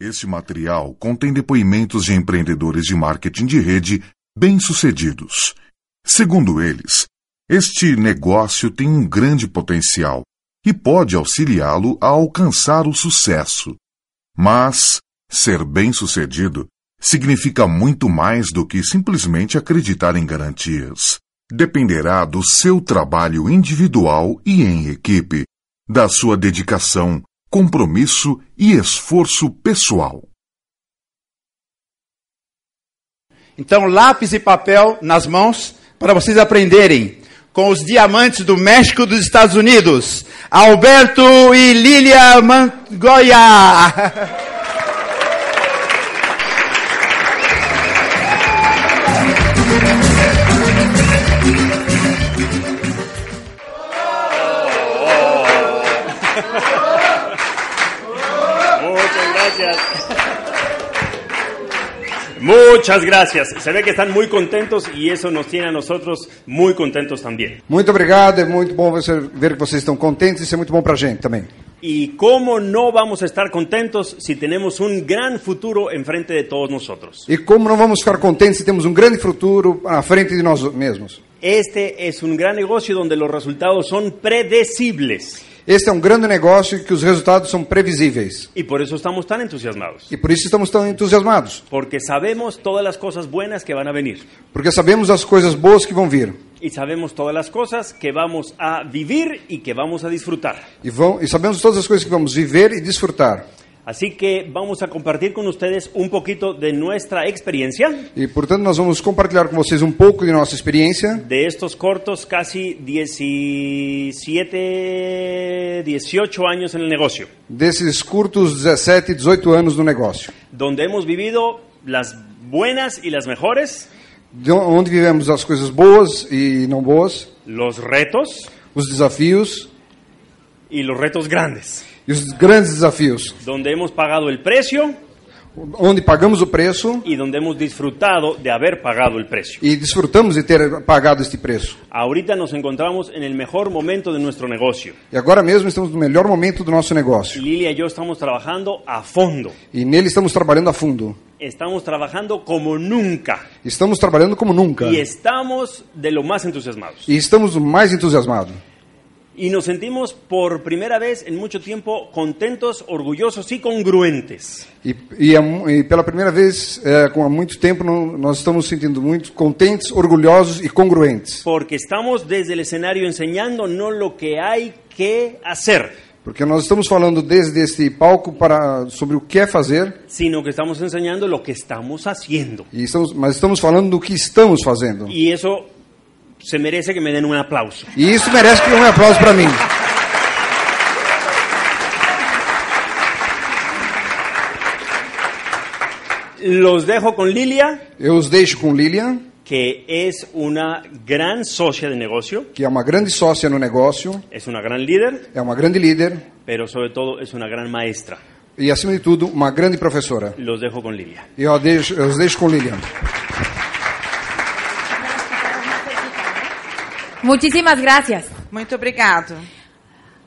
Este material contém depoimentos de empreendedores de marketing de rede bem-sucedidos. Segundo eles, este negócio tem um grande potencial e pode auxiliá-lo a alcançar o sucesso. Mas ser bem-sucedido significa muito mais do que simplesmente acreditar em garantias. Dependerá do seu trabalho individual e em equipe, da sua dedicação, compromisso e esforço pessoal. Então, lápis e papel nas mãos para vocês aprenderem com os diamantes do México e dos Estados Unidos, Alberto e Lilia Mangoya. Muchas gracias. Muchas gracias. Se ve que están muy contentos y eso nos tiene a nosotros muy contentos también. Muito obrigado, é muito bom você ver que vocês estão contentes, isso é muito bom pra gente também. ¿Y cómo no vamos a estar contentos si tenemos un gran futuro enfrente de todos nosotros? E como não vamos ficar contentes se temos um grande futuro à frente de nós mesmos? Este es un gran negocio donde los resultados son predecibles Este é um grande negócio que os resultados são previsíveis. y por eso estamos tan entusiasmados. E por isso estamos tão entusiasmados, Porque sabemos todas las cosas buenas que van a venir porque sabemos as coisas boas que vão vir y sabemos todas las cosas que vamos a vivir y que vamos a disfrutar. e, vão, e sabemos todas as coisas que vamos viver e desfrutar. Así que vamos a compartir con ustedes un poquito de nuestra experiencia, E portanto nós vamos compartilhar com vocês um pouco de nossa experiência de estos cortos casi 17, 18 años en el negocio, desses curtos 17, 18 anos no negócio, donde hemos vivido las buenas y las mejores, de on- onde vivemos as coisas boas e não boas, los retos os desafios y los retos grandes, e os grandes desafios, donde hemos pagado el precio onde pagamos o preço y donde hemos disfrutado de haber pagado el precio. e desfrutamos de ter pagado este preço. Ahorita nos encontramos en el mejor momento de nuestro negocio. E agora mesmo estamos no melhor momento do nosso negócio. Lilia y yo estamos trabajando a fondo. E nele estamos trabalhando a fundo. Estamos trabajando como nunca. Estamos trabalhando como nunca. Y estamos de lo más entusiasmados. E estamos mais entusiasmados. Y nos sentimos por primera vez en mucho tiempo contentos, orgullosos y congruentes. E, e, é mu- e pela primeira vez, é, com há muito tempo, não- nós estamos sentindo muito contentes, orgulhosos e congruentes. Porque estamos desde el escenario enseñándonos lo que hay que hacer, Porque nós estamos falando desde este palco para, sobre o que é fazer, sino que estamos enseñando lo que estamos haciendo. e estamos, mas estamos falando do que estamos fazendo. Y eso se merece que me den un aplauso. E isso merece que um aplauso para mim. Los dejo con Lilia, Eu os deixo com Lilian, que es una gran socia de negocio, que é uma grande sócia no negócio, es una gran líder, é uma grande líder pero sobre todo es una gran maestra. e, acima de tudo, uma grande professora. Los dejo con Lilia. E eu, a deixo, eu os deixo com Lilian. Muchísimas gracias. Muito obrigado.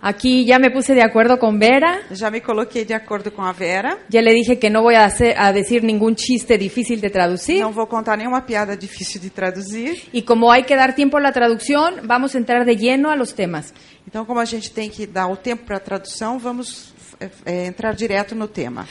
Aquí ya me puse de acuerdo con Vera. Já me coloquei de acordo com a Vera. Ya le dije que no voy a, hacer- a decir ningún chiste difícil de traducir. Não vou contar nenhuma piada difícil de traduzir. Y como hay que dar tiempo a la traducción, vamos a entrar de lleno a los temas. Então, como a gente tem que dar o tempo para a tradução, vamos é, é, entrar direto no tema.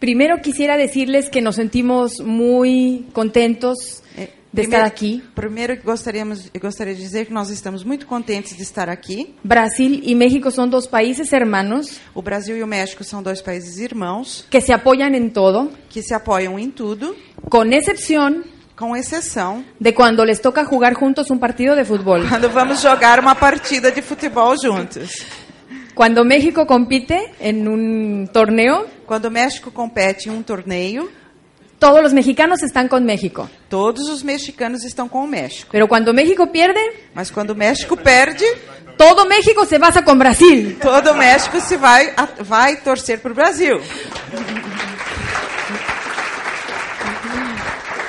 Primero quisiera decirles que nos sentimos muy contentos É, de estar aquí. Primeiro, que gostaríamos, eu gostaria de dizer que nós estamos muito contentes de estar aqui. Brasil y México son dos países hermanos O Brasil e o México são dois países irmãos que se apoyan en todo, que se apoiam em tudo, con excepción com exceção de cuando les toca jugar juntos un partido de fútbol. quando vamos jogar uma partida de futebol juntos. Cuando México compite en un torneo, Quando o México compete em um torneio, todos los mexicanos están con México. todos os mexicanos estão com o México. Pero cuando México pierde, Mas quando o México perde, todo México se basa con Brasil. todo o México se vai, a- vai torcer para o Brasil.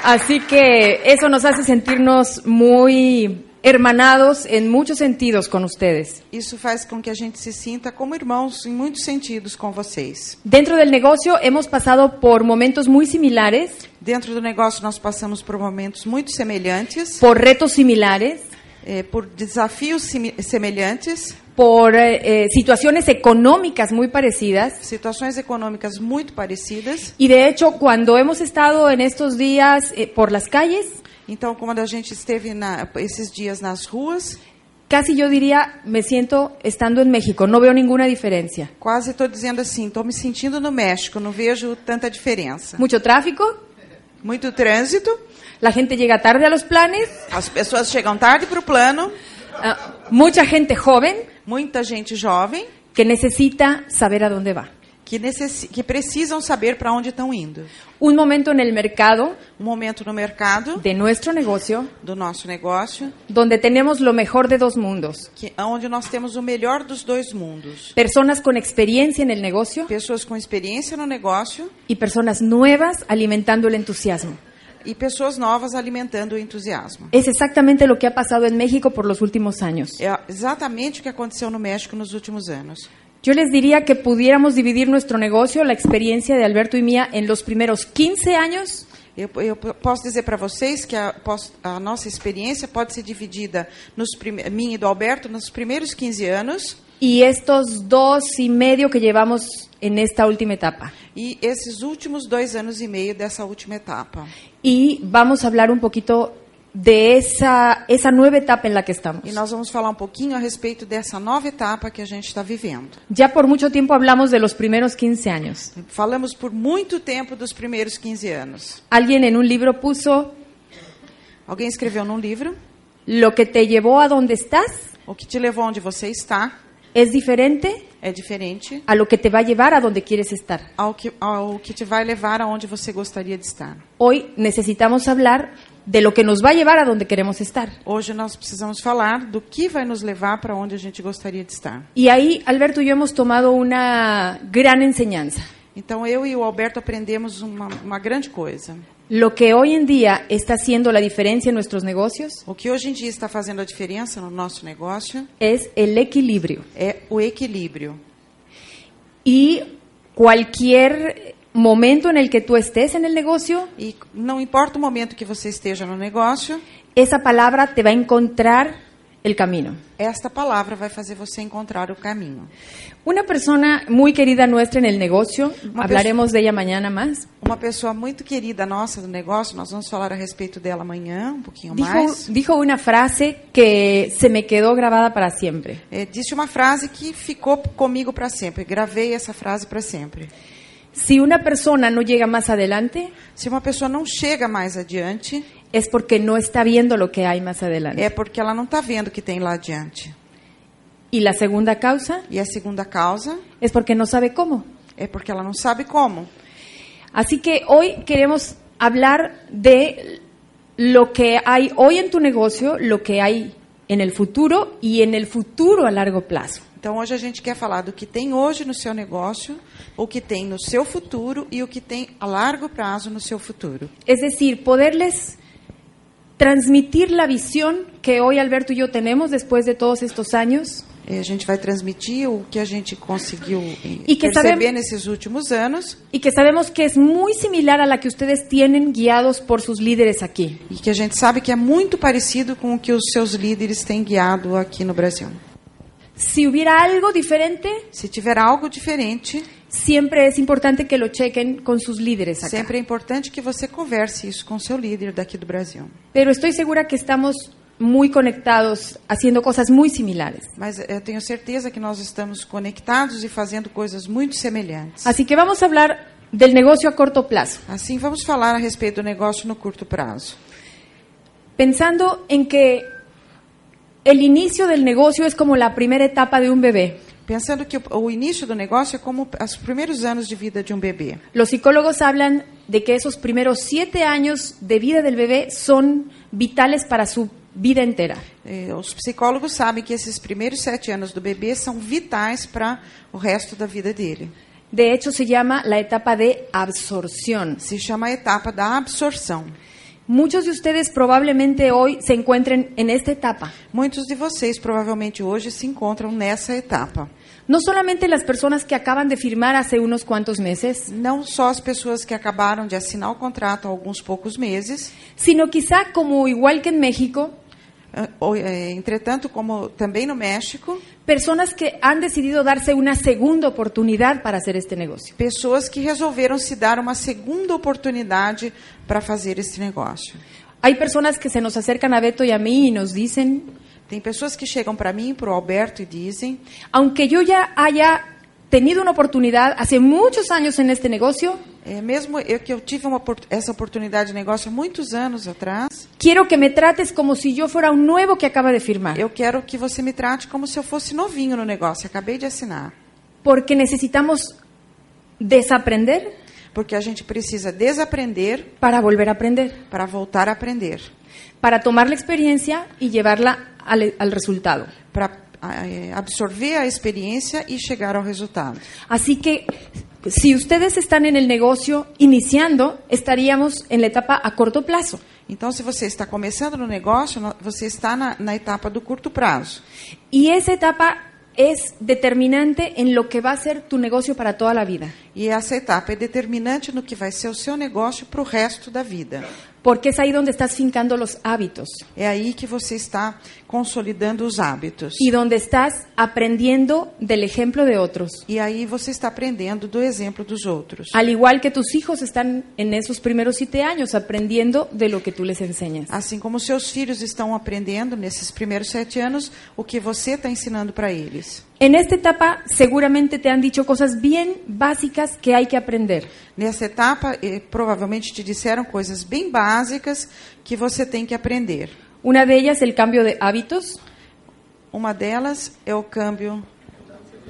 Así que eso nos hace sentirnos muy hermanados en muchos sentidos con ustedes. Isso faz com que a gente se sinta como irmãos em muitos sentidos com vocês. Dentro del negocio hemos pasado por momentos muy similares, Dentro do negócio, nós passamos por momentos muito semelhantes, por retos similares, eh, por desafios simi- semelhantes, por eh, eh, situaciones económicas muy parecidas. situações econômicas muito parecidas. Y de hecho, cuando hemos estado en estos días eh, por las calles, Então, quando a gente esteve na, esses dias nas ruas, casi yo diría, me siento estando en México, no veo ninguna diferencia. quase estou dizendo assim: estou me sentindo no México, não vejo tanta diferença. Mucho tráfico, Muito trânsito, la gente llega tarde a los planes, as pessoas chegam tarde para o plano, ah, mucha gente joven muita gente jovem que necesita saber a dónde va. que, necess, que precisam saber para onde estão indo. Un momento en el mercado Um momento no mercado de nuestro negocio do nosso negócio, donde tenemos lo mejor de dos mundos. que, onde nós temos o melhor dos dois mundos. Personas con experiencia en el negocio pessoas com experiência no negócio y personas nuevas alimentando el entusiasmo. e pessoas novas alimentando o entusiasmo. Es exactamente lo que ha pasado en México por los últimos años. É exatamente o que aconteceu no México nos últimos anos. Yo les diría que pudiéramos dividir nuestro negocio, la experiencia de Alberto y mía, en los primeros 15 años Eu, eu p- posso dizer para vocês que a, pos- a nossa experiência pode ser dividida, nos prime- minha e do Alberto, nos primeiros 15 anos y estos dos y medio que llevamos en esta última etapa. e esses últimos dois anos e meio dessa última etapa. Y vamos a hablar un poquito de esa, essa nueva etapa en la que estamos. E nós vamos falar um pouquinho a respeito dessa nova etapa que a gente está vivendo. Ya por mucho tiempo hablamos de los primeros 15 años. Falamos por muito tempo dos primeiros 15 anos. Alguien en un libro puso, Alguém escreveu num livro lo que te llevó a donde estás O que te levou onde você está es diferente é diferente a lo que te va a llevar a donde quieres estar. ao que, ao que te vai levar aonde você gostaria de estar. Hoy necesitamos hablar de lo que nos va a llevar a donde queremos estar. Hoje nós precisamos falar do que vai nos levar para onde a gente gostaria de estar. Y ahí Alberto y yo hemos tomado una gran enseñanza. Então eu e o Alberto aprendemos uma, uma grande coisa. Lo que hoy en día está haciendo la diferencia en nuestros negocios O que hoje em dia está fazendo a diferença no nosso negócio es el equilibrio. é o equilíbrio. Y cualquier momento en el que tú estés en el negocio, E não importa o momento que você esteja no negócio, esa palabra te va a encontrar el camino. esta palavra vai fazer você encontrar o caminho. Una persona muy querida nuestra en el negocio, Una hablaremos de ella mañana más, Uma pessoa muito querida nossa do negócio, nós vamos falar a respeito dela amanhã, um pouquinho dijo, mais. dijo una frase que se me quedó grabada para siempre. É, disse uma frase que ficou comigo para sempre. Gravei essa frase para sempre. Si una persona no llega más adelante, Se uma pessoa não chega mais adiante, es porque no está viendo lo que hay más adelante. é porque ela não está vendo o que tem lá adiante. Y la segunda causa E a segunda causa es porque no sabe cómo. é porque ela não sabe como. Así que hoy queremos hablar de lo que hay hoy en tu negocio, lo que hay en el futuro y en el futuro a largo plazo. Então hoje a gente quer falar do que tem hoje no seu negócio, o que tem no seu futuro e o que tem a largo prazo no seu futuro. Es decir, poderles transmitir la visión que hoy Alberto y yo tenemos después de todos estos años É, a gente vai transmitir o que a gente conseguiu eh, E que perceber sabemos- nesses últimos anos y que sabemos que es muy similar a la que ustedes tienen guiados por sus líderes aquí. e que a gente sabe que é muito parecido com o que os seus líderes têm guiado aqui no Brasil. Si hubiera algo diferente, Se tiver algo diferente, siempre es importante que lo chequen con sus líderes acá. sempre é importante que você converse isso com seu líder daqui do Brasil. Pero estoy segura que estamos muy conectados, haciendo cosas muy similares. Mas eu tenho certeza que nós estamos conectados e fazendo coisas muito semelhantes. Así que vamos a hablar del negocio a corto plazo, Assim, vamos falar a respeito do negócio no curto prazo. pensando en que el inicio del negocio es como la primera etapa de un bebé. Pensando que o, o início do negócio é como os primeiros anos de vida de um bebê. Los psicólogos hablan de que esos primeros siete años de vida del bebé son vitales para su vida entera. Eh, Os psicólogos sabem que esses primeiros sete anos do bebê são vitais para o resto da vida dele. De hecho, se llama la etapa de absorción. Se chama a etapa da absorção. Muchos de ustedes probablemente hoy se encuentren en esta etapa. Muitos de vocês provavelmente hoje se encontram nessa etapa. No solamente las personas que acaban de firmar hace unos cuantos meses, Não só as pessoas que acabaram de assinar o contrato há alguns poucos meses, sino quizá como igual que en México, eh, ou, eh, entretanto, como também no México, personas que han decidido darse una segunda oportunidad para hacer este negocio. pessoas que resolveram se dar uma segunda oportunidade para fazer esse negócio. Hay personas que se nos acercan a Beto y a mí y nos dicen, Tem pessoas que chegam para mim, para o Alberto, e dizem: aunque yo ya haya tenido una oportunidad hace muchos años en este negocio, é mesmo eu que eu tive uma opor- essa oportunidade de negócio há muitos anos atrás, quiero que me trates como si yo fuera un nuevo que acaba de firmar, eu quero que você me trate como se eu fosse novinho no negócio. Acabei de assinar, porque necesitamos desaprender porque a gente precisa desaprender para volver a aprender, para voltar a aprender, para tomar la experiencia y llevarla al, al resultado. para ah, eh, absorver a experiência e chegar ao resultado. Así que si ustedes están en el negocio iniciando, estaríamos en la etapa a corto plazo. Então, se você está começando no negócio, no- você está na, na etapa do curto prazo. Y esa etapa es determinante en lo que va a ser tu negocio para toda la vida. E essa etapa é determinante no que vai ser o seu negócio para o resto da vida. Porque es ahí donde estás fincando los hábitos É aí que você está consolidando os hábitos. y donde estás aprendiendo del ejemplo de otros. E aí você está aprendendo do exemplo dos outros. Al igual que tus hijos están en esos primeros siete años aprendiendo de lo que tú les enseñas. Assim como seus filhos estão aprendendo nesses primeiros sete anos o que você está ensinando para eles. En esta etapa seguramente te han dicho cosas bien básicas que hay que aprender. Nessa etapa, eh, provavelmente te disseram coisas bem básicas que você tem que aprender. Una de ellas el cambio de hábitos. Uma delas é o câmbio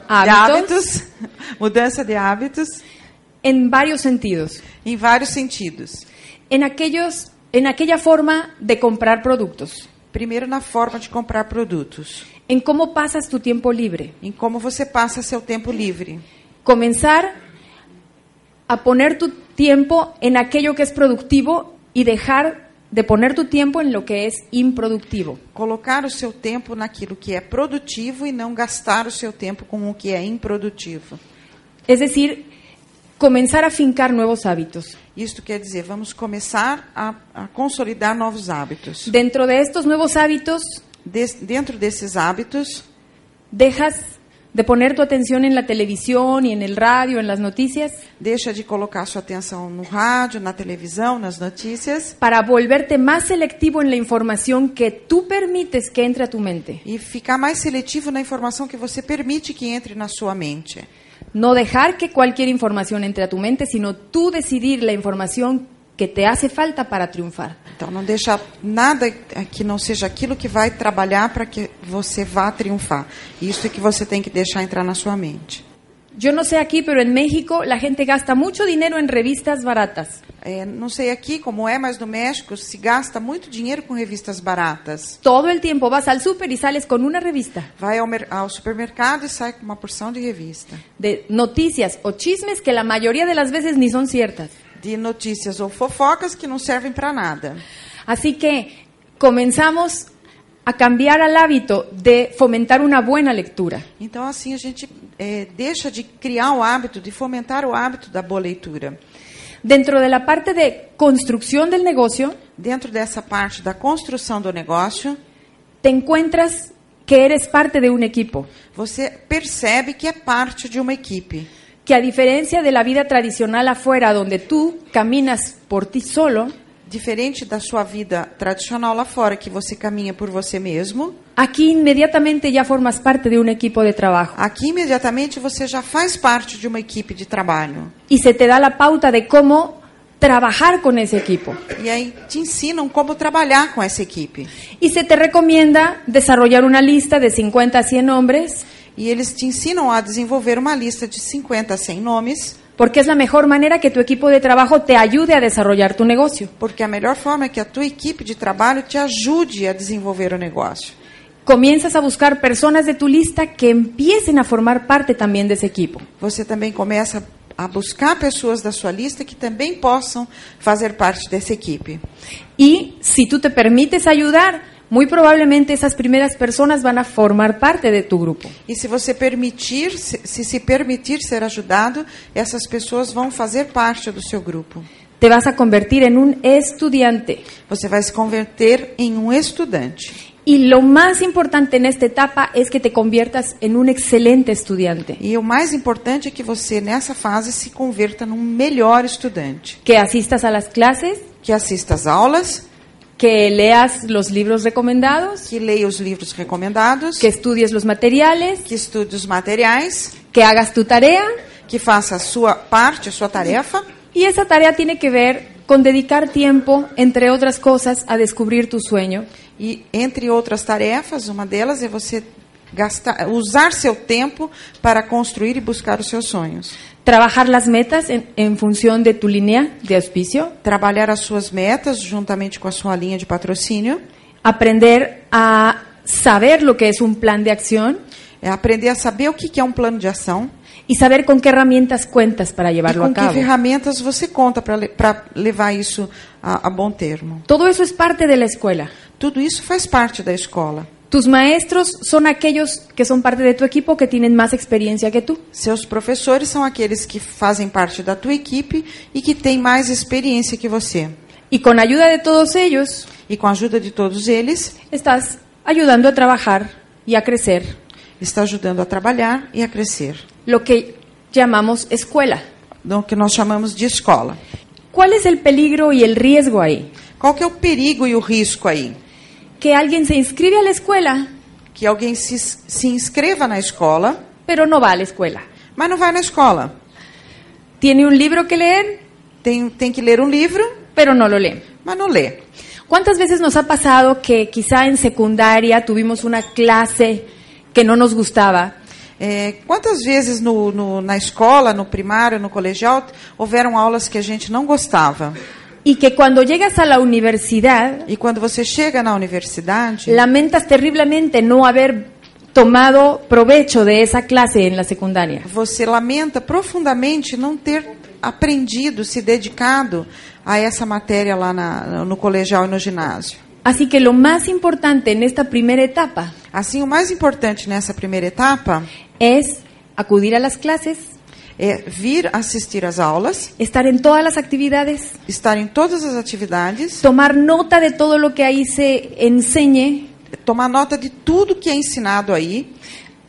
Hábitos de hábitos, mudança de hábitos, en varios sentidos. em vários sentidos. En aquellos en aquella forma de comprar productos, Primeiro, na forma de comprar produtos, en cómo pasas tu tiempo libre. em como você passa seu tempo livre. comenzar a poner tu tiempo en aquello que es productivo y dejar de poner tu tiempo en lo que es improductivo. Colocar o seu tempo naquilo que é produtivo e não gastar o seu tempo com o que é improdutivo. Es decir, comenzar a fincar nuevos hábitos. Isto quer dizer, vamos começar a, a consolidar novos hábitos. Dentro de estos nuevos hábitos, Des- dentro desses hábitos, dejas de poner tu atención en la televisión y en el radio, en las noticias, deixa de colocar sua atenção no rádio, na televisão, nas notícias para volverte más selectivo en la información que tú permites que entre a tu mente. e ficar mais seletivo na informação que você permite que entre na sua mente. No dejar que cualquier información entre a tu mente, sino tú decidir la información que te hace falta para triunfar. Então, não deixar nada eh, que não seja aquilo que vai trabalhar para que você vá triunfar. Isso é que você tem que deixar entrar na sua mente. Yo no sé aquí, pero en México la gente gasta mucho dinero en revistas baratas. É, não sei aqui como é, mas no México se gasta muito dinheiro com revistas baratas. Todo el tiempo vas al súper y sales con una revista Vai ao, mer- ao supermercado e sai com uma porção de revista. de noticias o chismes que la mayoría de las veces ni son ciertas. De notícias ou fofocas que não servem para nada. Así que comenzamos a cambiar al hábito de fomentar una buena lectura, Então, assim, a gente é, deixa de criar o hábito, de fomentar o hábito da boa leitura. dentro de la parte de construcción del negocio, Dentro dessa parte da construção do negócio, te encuentras que eres parte de un equipo, Você percebe que é parte de uma equipe. que a diferencia de la vida tradicional afuera, donde tú caminas por ti solo, Diferente da sua vida tradicional lá fora, que você caminha por você mesmo, Aquí inmediatamente ya formas parte de un equipo de trabajo aqui imediatamente você já faz parte de uma equipe de trabalho. y se te da la pauta de cómo trabajar con ese equipo. E aí te ensinam como trabalhar com essa equipe. Y se te recomienda desarrollar una lista de 50 a 100 nombres E eles te ensinam a desenvolver uma lista de 50 a 100 nomes, porque es la mejor manera que tu equipo de trabajo te ayude a desarrollar tu negocio. porque a melhor forma é que a tua equipe de trabalho te ajude a desenvolver o negócio. Comienzas a buscar personas de tu lista que empiecen a formar parte también de esse equipo. Você também começa a buscar pessoas da sua lista que também possam fazer parte dessa equipe. Y si tú te permites ayudar, muy probablemente esas primeras personas van a formar parte de tu grupo. E se você permitir, se se se permitir ser ajudado, essas pessoas vão fazer parte do seu grupo. Te vas a convertir en un estudiante. Você vai se converter em um estudante. Y lo más importante en esta etapa es que te conviertas en un excelente estudiante, E o mais importante é que você nessa fase se converta num melhor estudante, que asistas a las clases, que assista às aulas, que leas los libros recomendados, que leia os livros recomendados, que estudies los materiales, que estude os materiais, que hagas tu tarea que faça a sua parte, a sua tarefa. y esa tarea tiene que ver con dedicar tiempo, entre otras cosas, a descubrir tu sueño, E entre outras tarefas, uma delas é você gastar, usar seu tempo para construir e buscar os seus sonhos. trabajar las metas en, en función de tu línea de auspicio, Trabalhar as suas metas juntamente com a sua linha de patrocínio, aprender a saber lo que es un plan de acción é aprender a saber o que que é um plano de ação y saber con qué herramientas cuentas para e llevarlo com a que cabo. ferramentas você conta para le- para levar isso a, a bom termo. Todo eso es parte de la escuela. Tudo isso faz parte da escola. Tus maestros son aquellos que son parte de tu equipo que tienen más experiencia que tú. Seus professores são aqueles que fazem parte da tua equipe e que têm mais experiência que você. Y con ayuda de todos ellos, E com a ajuda de todos eles, estás ayudando a trabajar y a crecer está ajudando a trabalhar e a crescer. lo que llamamos escuela. no que nós chamamos de escola. ¿Cuál es el peligro y el riesgo ahí? Qual que é o perigo e o risco aí? Que alguien se inscribe a la escuela, Que alguém se, se inscreva na escola, pero no va a la escuela. mas não vai na escola. Tiene un libro que leer, Tem, tem que ler um livro, pero no lo lee. mas não lê. ¿Cuántas veces nos ha pasado que quizá en secundaria tuvimos una clase que no nos gustaba É, quantas vezes no, no, na escola, no primário, no colegial, houveram aulas que a gente não gostava? y que cuando llegas a la universidad E quando você chega na universidade, lamentas terriblemente no haber tomado provecho de esa clase en la secundaria? você lamenta profundamente não ter aprendido, se dedicado a essa matéria lá na, no colegial e no ginásio. Así que lo más importante en esta primera etapa Assim, o mais importante nessa primeira etapa es acudir a las clases, é vir assistir às aulas, estar en todas las actividades, estar em todas as atividades, tomar nota de todo lo que ahí se enseñe, tomar nota de tudo que é ensinado aí,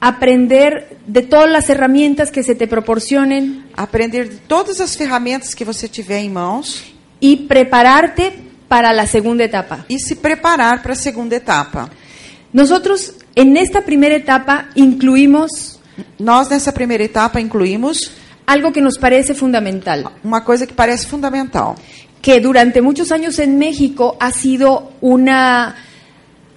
aprender de todas las herramientas que se te proporcionen aprender de todas as ferramentas que você tiver em mãos y prepararte para la segunda etapa. e se preparar para a segunda etapa. Nosotros en esta primera etapa incluimos Nós, nessa primeira etapa, incluímos algo que nos parece fundamental, uma coisa que parece fundamental, que durante muchos años en México ha sido una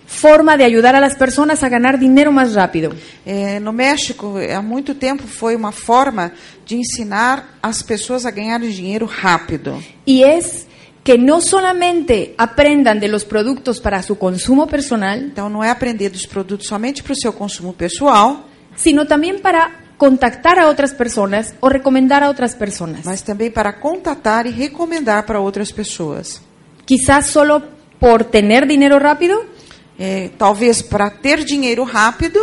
forma de ayudar a las personas a ganar dinero más rápido. É, no México, há muito tempo, foi uma forma de ensinar as pessoas a ganharem dinheiro rápido. Y es que no solamente aprendan de los productos para su consumo personal, Então, não é aprender dos produtos somente para o seu consumo pessoal, sino también para contactar a otras personas o recomendar a otras personas. mas também para contatar e recomendar para outras pessoas. Quizás solo por tener dinero rápido, É, talvez para ter dinheiro rápido,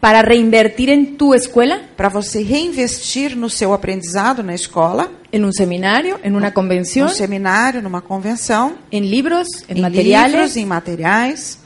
para reinvertir en tu escuela, para você reinvestir no seu aprendizado na escola, en un seminario, en una num convención, seminário, numa convenção, en libros, en em livros, materiales, em materiais,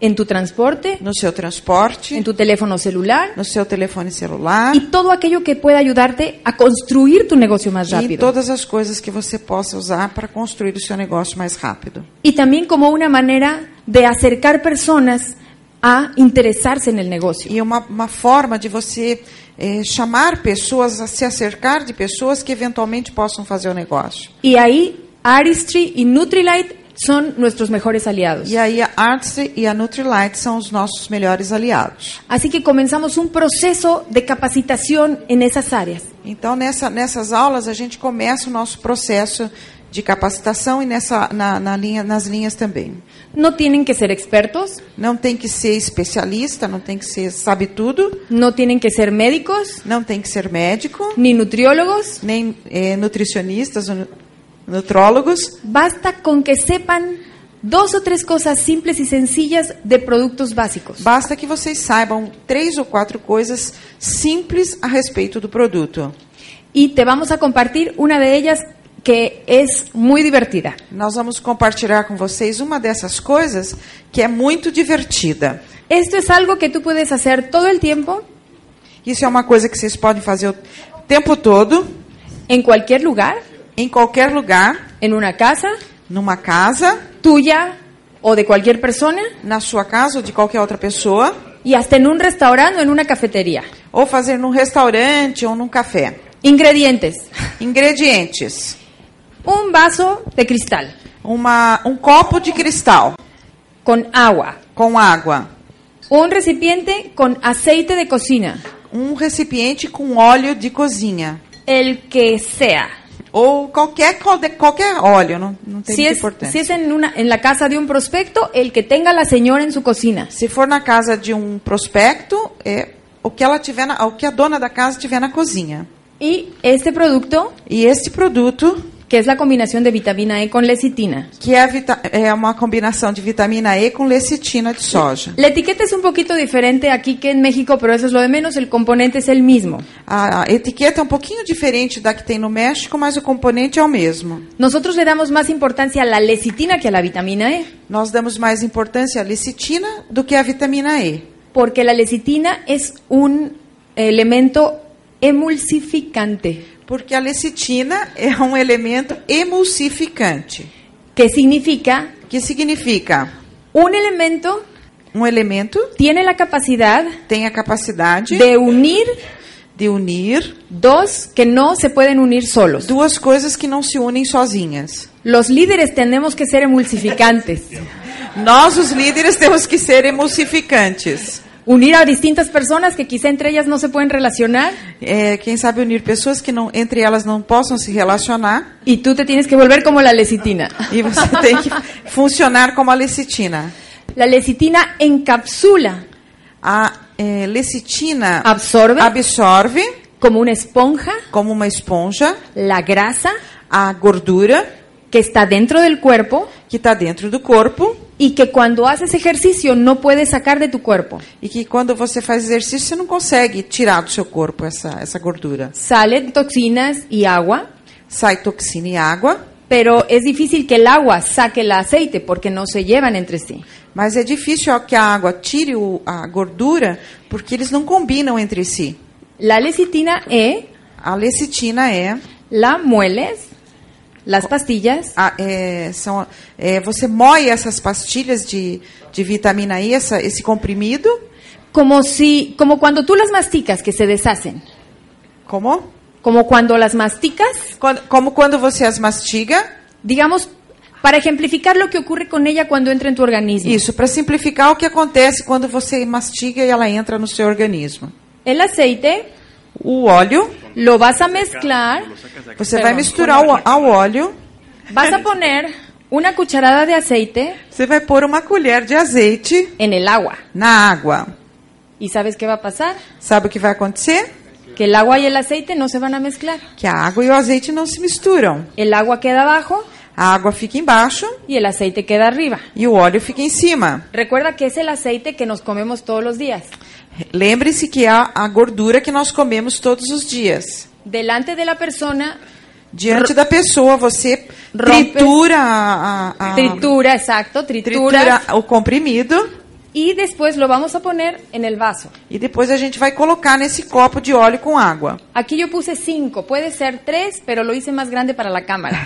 en tu transporte, no seu transporte, en tu teléfono celular no seu telefone celular y todo aquello que pueda ayudarte a construir tu negocio más e em rápido. todas as coisas que você possa usar para construir o seu negócio mais rápido. Y también como una manera de acercar personas a interesarse en el negocio. E uma, uma forma de você é, chamar pessoas a se acercar de pessoas que eventualmente possam fazer o negócio. Y ahí Aristry y Nutrilite son nuestros mejores aliados. E aí a Artsy e a Nutrilite são os nossos melhores aliados. Así que comenzamos un proceso de capacitación en esas áreas. Então nessa, nessas aulas a gente começa o nosso processo de capacitação e nessa, na, na linha, nas linhas também. No tienen que ser expertos, Não tem que ser especialista, não tem que ser sabe tudo, no tienen que ser médicos, não tem que ser médico, ni nutriólogos. nem eh, nutricionistas, ou nu- nutrólogos. Basta con que sepan dos o tres cosas simples y sencillas de productos básicos. Basta que vocês saibam três ou quatro coisas simples a respeito do produto. Y te vamos a compartir una de ellas que es muy divertida. Nós vamos compartilhar com vocês uma dessas coisas que é muito divertida. Esto es algo que tú puedes hacer todo el tiempo, Isso é uma coisa que vocês podem fazer o tempo todo, en cualquier lugar, em qualquer lugar, en una casa, numa casa, tuya o de cualquier persona, na sua casa ou de qualquer outra pessoa, y hasta en un restaurante o en una cafetería. ou fazer num restaurante ou num café. Ingredientes. Ingredientes: Un vaso de cristal uma, um copo de cristal con agua. com água, Un recipiente con aceite de cocina. um recipiente com óleo de cozinha El que sea. ou qualquer calde- qualquer óleo, não, não tem Si muita es, importância. si es en, una, en la casa de un prospecto, el que tenga la señora en su cocina. Se for na casa de um prospecto, é o que ela tiver, na, o que a dona da casa tiver na cozinha. Y este producto, E este produto, que es la combinación de vitamina E con lecitina. que é, a vita- é uma combinação de vitamina E com lecitina de soja. La etiqueta es un poquito diferente aquí que en México, pero eso es lo de menos, el componente es el mismo. A a etiqueta é um pouquinho diferente da que tem no México, mas o componente é o mesmo. Nosotros le damos más importancia a la lecitina que a la vitamina E, Nós damos mais importância à lecitina do que à vitamina E, porque la lecitina es un elemento emulsificante, porque a lecitina é um elemento emulsificante, que significa que significa un elemento um elemento tiene la capacidad tem a capacidade de unir de unir dos que no se pueden unir solos. Duas coisas que não se unem sozinhas. Los líderes tenemos que ser emulsificantes, Nós, os líderes, temos que ser emulsificantes. unir a distintas personas que quizá entre ellas no se pueden relacionar É, quem sabe unir pessoas que não, entre elas não possam se relacionar y tú te tienes que volver como la lecitina. e você tem que funcionar como a lecitina. La lecitina encapsula A é, lecitina Absorve? absorve como una esponja como uma esponja la grasa a gordura que está dentro del cuerpo que está dentro do corpo y que cuando haces ejercicio no puedes sacar de tu cuerpo. e que quando você faz exercício você não consegue tirar do seu corpo essa, essa gordura. Salen toxinas y agua, Sai toxina e água. pero es difícil que el agua saque el aceite porque no se llevan entre sí. Mas é difícil ó, que a água tire o- a gordura porque eles não combinam entre si. La lecitina E A lecitina é, la mueles, las pastillas, a- é, são, é, você moe essas pastilhas de, de vitamina E, essa- esse comprimido, como si, como cuando tú las masticas que se deshacen, como? como cuando las masticas Quando- como quando você as mastiga. digamos, para ejemplificar lo que ocurre con ella cuando entra en tu organismo. Isso, para simplificar o que acontece quando você mastiga e ela entra no seu organismo. El aceite O óleo, lo vas a mezclar, você vai misturar o, ao óleo, vas a poner una cucharada de aceite você vai pôr uma colher de azeite en el agua. na água. ¿Y sabes qué va a pasar? Sabe o que vai acontecer? Que el agua y el aceite no se van a mezclar. que a água e o azeite não se misturam. El agua queda abajo A água fica embaixo y el aceite queda arriba. e o óleo fica em cima. Recuerda que es el aceite que nos comemos todos los días. Lembre-se que há a gordura que nós comemos todos os dias. Delante de la persona, Diante da pessoa, você Rompe. tritura, a, a- a- tritura, exacto, Ah. tritura tritura. o comprimido Y después lo vamos a poner en el vaso. e depois a gente vai colocar nesse copo de óleo com água. Aquí yo puse cinco, puede ser tres, pero lo hice más grande para la cámara.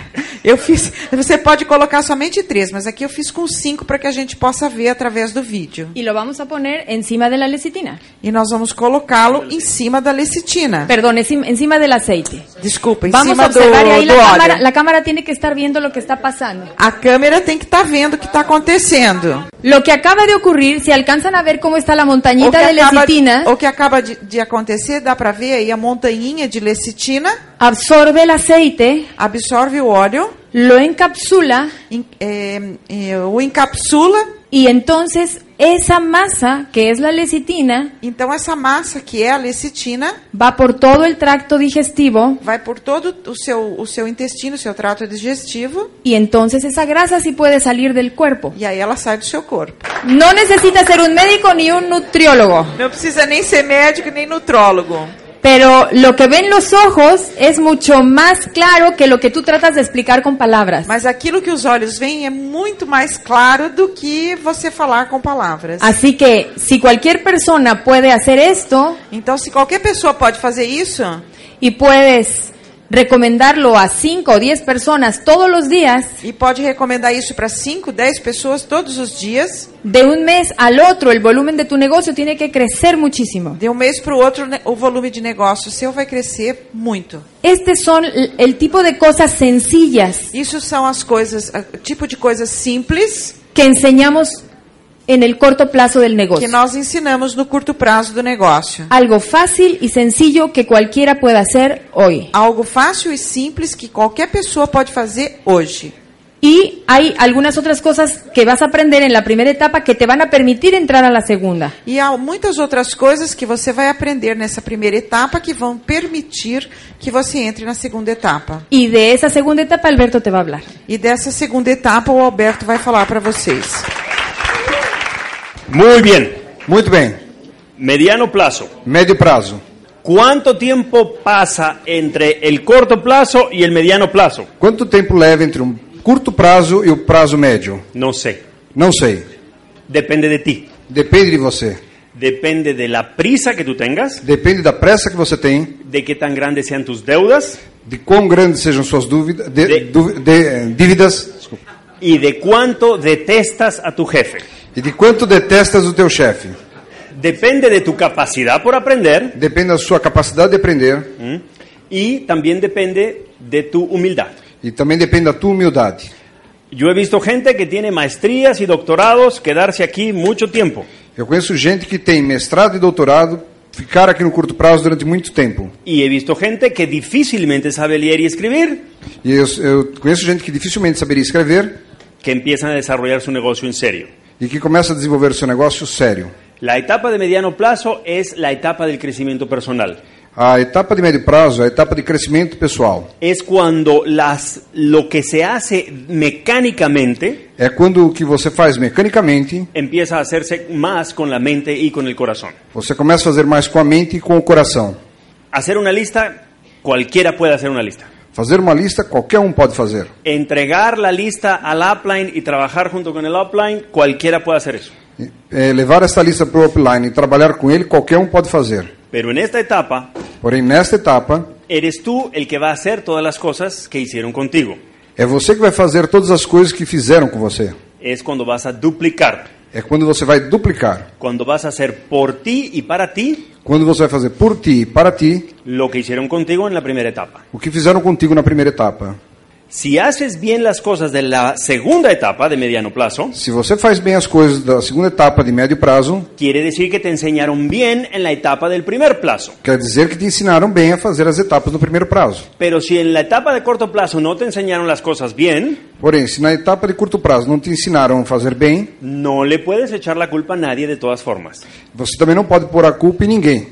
Eu fiz. Você pode colocar somente três, mas aqui eu fiz com cinco para que a gente possa ver através do vídeo. Y lo vamos a poner encima de la lecitina. E nós vamos colocá-lo em cima da lecitina. Perdón, encima, encima del aceite. Desculpa, em Vamos a cima do, observar y ahí la do óleo. cámara, la cámara tiene que estar viendo lo que está pasando. A câmera tem que estar vendo o que está acontecendo. Lo que acaba de ocurrir, si alcanzan a ver cómo está la O que, montañita de acaba, lecitina, o que acaba de, de acontecer, dá para ver aí a montanhinha de lecitina absorbe el aceite absorve o óleo lo encapsula em- eh, eh, o encapsula. y entonces esa masa que es la lecitina Então essa massa que é a lecitina va por todo el tracto digestivo vai por todo o seu, o seu intestino, o seu trato digestivo, y entonces esa grasa sí puede salir del cuerpo. e aí ela sai do seu corpo. No necesita ser un médico ni un nutriólogo, Não precisa nem ser médico nem nutrólogo. pero lo que ven los ojos es mucho más claro que lo que tú tratas de explicar con palabras. Mas aquilo que os olhos veem é muito mais claro do que você falar com palavras. Así que si cualquier persona puede hacer esto Então, se qualquer pessoa pode fazer isso, y puedes recomendarlo a 5 o 10 personas todos los días, e pode recomendar isso para 5, 10 pessoas todos os dias, de un mes al otro el volumen de tu negocio tiene que crecer muchísimo. de um mês para o outro, né, o volume de negócio seu vai crescer muito. Estos Este son l- el tipo de cosas sencillas Isso são as coisas, a- tipo de coisas simples que enseñamos en el corto plazo del que negocio. nós ensinamos no curto prazo do negócio. Algo fácil y sencillo que cualquiera pueda hacer hoy. Algo fácil e simples que qualquer pessoa pode fazer hoje. Y hay algunas otras cosas que vas a aprender en la primera etapa que te van a permitir entrar a la segunda. E há muitas outras coisas que você vai aprender nessa primeira etapa que vão permitir que você entre na segunda etapa. Y de esa segunda etapa Alberto te va a hablar. E dessa segunda etapa o Alberto vai falar para vocês. Muy bien. Muito bem. Mediano plazo. Médio prazo. ¿Cuánto tiempo pasa entre el corto plazo y el mediano plazo? Quanto tempo leva entre um curto prazo e o prazo médio? No sé. Não sei. Depende de ti. Depende de você. Depende de la prisa que tú tengas, Depende da pressa que você tem, de qué tan grandes sean tus deudas de quão grandes sejam suas dúvidas, de, De- dú- de- eh, dívidas desculpa, y de cuánto detestas a tu jefe. e de quanto detestas o teu chefe. Depende de tu capacidad por aprender Depende da sua capacidade de aprender ¿m? y también depende de tu humildad. e também depende da tua humildade. Yo he visto gente que tiene maestrías y doctorados quedarse aquí mucho tiempo Eu conheço gente que tem mestrado e doutorado, ficar aqui no curto prazo durante muito tempo. y he visto gente que difícilmente sabe leer y escribir E eu, eu conheço gente que dificilmente saberia escrever que empiezan a desarrollar su negocio en serio. e que começa a desenvolver o seu negócio sério. La etapa de mediano plazo es la etapa del crecimiento personal. A etapa de médio prazo é a etapa de crescimento pessoal. Es cuando las, lo que se hace mecánicamente É quando o que você faz mecanicamente, empieza a hacerse más con la mente y con el corazón. você começa a fazer mais com a mente e com o coração. Hacer una lista, cualquiera puede hacer una lista. Fazer uma lista, qualquer um pode fazer. Entregar la lista al upline y trabajar junto con el upline, cualquiera puede hacer eso. É, levar essa lista para o offline e trabalhar com ele, qualquer um pode fazer. Pero en esta etapa, Porém, nesta etapa, eres tú el que va a hacer todas las cosas que hicieron contigo. é você que vai fazer todas as coisas que fizeram com você. Es cuando vas a duplicar, É quando você vai duplicar. cuando vas a hacer por ti y para ti Quando você vai fazer por ti e para ti lo que hicieron contigo en la primera etapa. o que fizeram contigo na primeira etapa. Si haces bien las cosas de la segunda etapa de mediano plazo, Se você faz bem as coisas da segunda etapa de médio prazo, quiere decir que te enseñaron bien en la etapa del primer plazo. quer dizer que te ensinaram bem a fazer as etapas no primeiro prazo. Pero si en la etapa de corto plazo no te enseñaron las cosas bien, Porém, se na etapa de curto prazo não te ensinaram a fazer bem, no le puedes echar la culpa a nadie de todas formas. você também não pode pôr a culpa em ninguém,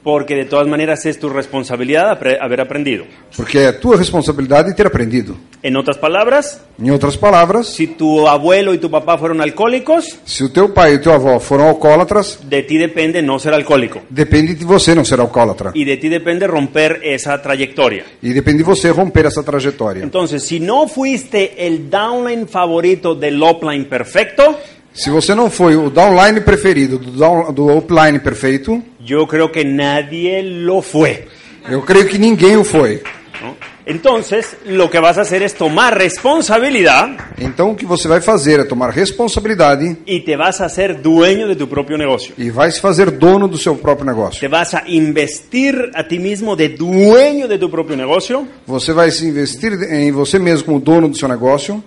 Porque de todas maneras es tu responsabilidad apre- haber aprendido. porque é a tua responsabilidade ter aprendido. En otras palabras, Em outras palavras, si tu abuelo y tu papá fueron alcohólicos, se o teu pai e o teu avó foram alcoólatras, de ti depende no ser alcohólico. depende de você não ser alcoólatra. Y de ti depende romper esa trayectoria. E depende de você romper essa trajetória. Entonces, si no fuiste el downline favorito del upline perfecto, Se você não foi o downline preferido do, down, do upline perfeito, yo creo que nadie lo fue. eu creio que ninguém o foi. ¿no? Entonces, lo que vas a hacer es tomar responsabilidad Então o que você vai fazer é tomar responsabilidade y te vas a hacer dueño de tu propio negocio. e vai se fazer dono do seu próprio negócio. Te vas a investir a ti mismo de dueño de tu propio negocio Você vai se investir em você mesmo como dono do seu negócio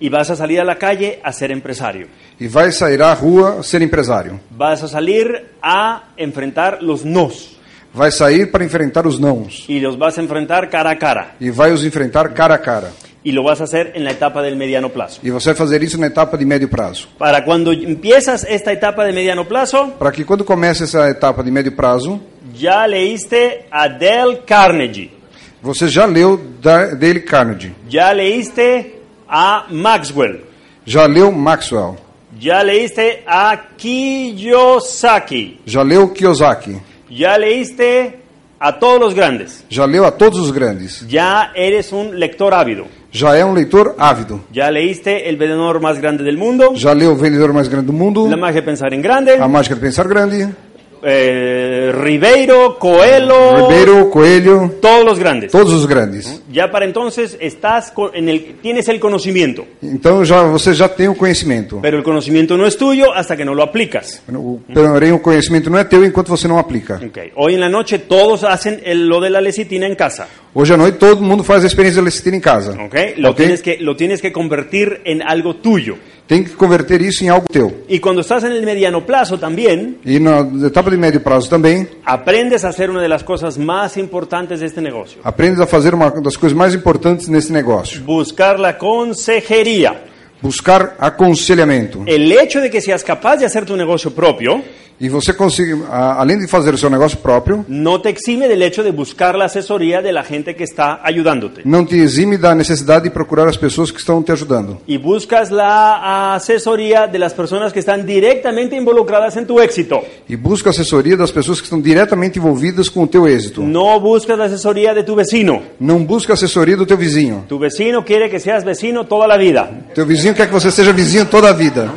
y vas a salir a la calle a ser empresario. e vai sair à rua ser empresário. Vas a salir a enfrentar los nos Vai sair para enfrentar os nãos y los vas a enfrentar cara a cara. e vai os enfrentar cara a cara. y lo vas a hacer en la etapa del mediano plazo. E você vai fazer isso na etapa de médio prazo. Para cuando empiezas esta etapa de mediano plazo, Para que quando começa essa etapa de médio prazo, ya leíste a Dale Carnegie, você já leu da- Dale Carnegie, ya leíste a Maxwell, já leu Maxwell, ya leíste a Kiyosaki, já leu Kiyosaki, ya leíste a todos los grandes. já leu a todos os grandes, Ya eres un lector ávido. já é um leitor ávido, Ya leíste El Venenor Más Grande del Mundo, já leu O Vendedor Mais Grande do Mundo, La Magia de Pensar en Grande, A Mágica de Pensar Grande, eh, Ribeiro, Coelho, Ribeiro, Coelho, todos los grandes. todos os grandes. Ya para entonces estás co- en el, tienes el conocimiento, Então já você já tem o conhecimento. pero el conocimiento no es tuyo hasta que no lo aplicas. O- Porém, o conhecimento não é teu enquanto você não aplica. Ok. Hoy en la noche todos hacen el- lo de la lecitina en casa. Hoje à noite todo mundo faz a experiência de lecitina em casa. ok. Lo, Ok? Tienes que, lo tienes que convertir en algo tuyo. Tem que converter isso em algo teu. Y cuando estás en el mediano plazo también, E na etapa de médio prazo também, aprendes a hacer una de las cosas más importantes de este negocio. aprendes a fazer uma das coisas mais importantes nesse negócio. Buscar la consejería. Buscar aconselhamento. El hecho de que seas capaz de hacer tu negocio propio E você consegue, a- além de fazer o seu negócio próprio, no te exime del hecho de buscar la asesoría de la gente que está ayudándote. não te exime da necessidade de procurar as pessoas que estão te ajudando. Y buscas la asesoría de las personas que están directamente involucradas en tu éxito. E busca assessoria das pessoas que estão diretamente envolvidas com o teu êxito. No buscas la asesoría de tu vecino. Não busca assessoria do teu vizinho. Tu vecino quiere que seas vecino toda la vida. Teu vizinho quer que você seja vizinho toda a vida.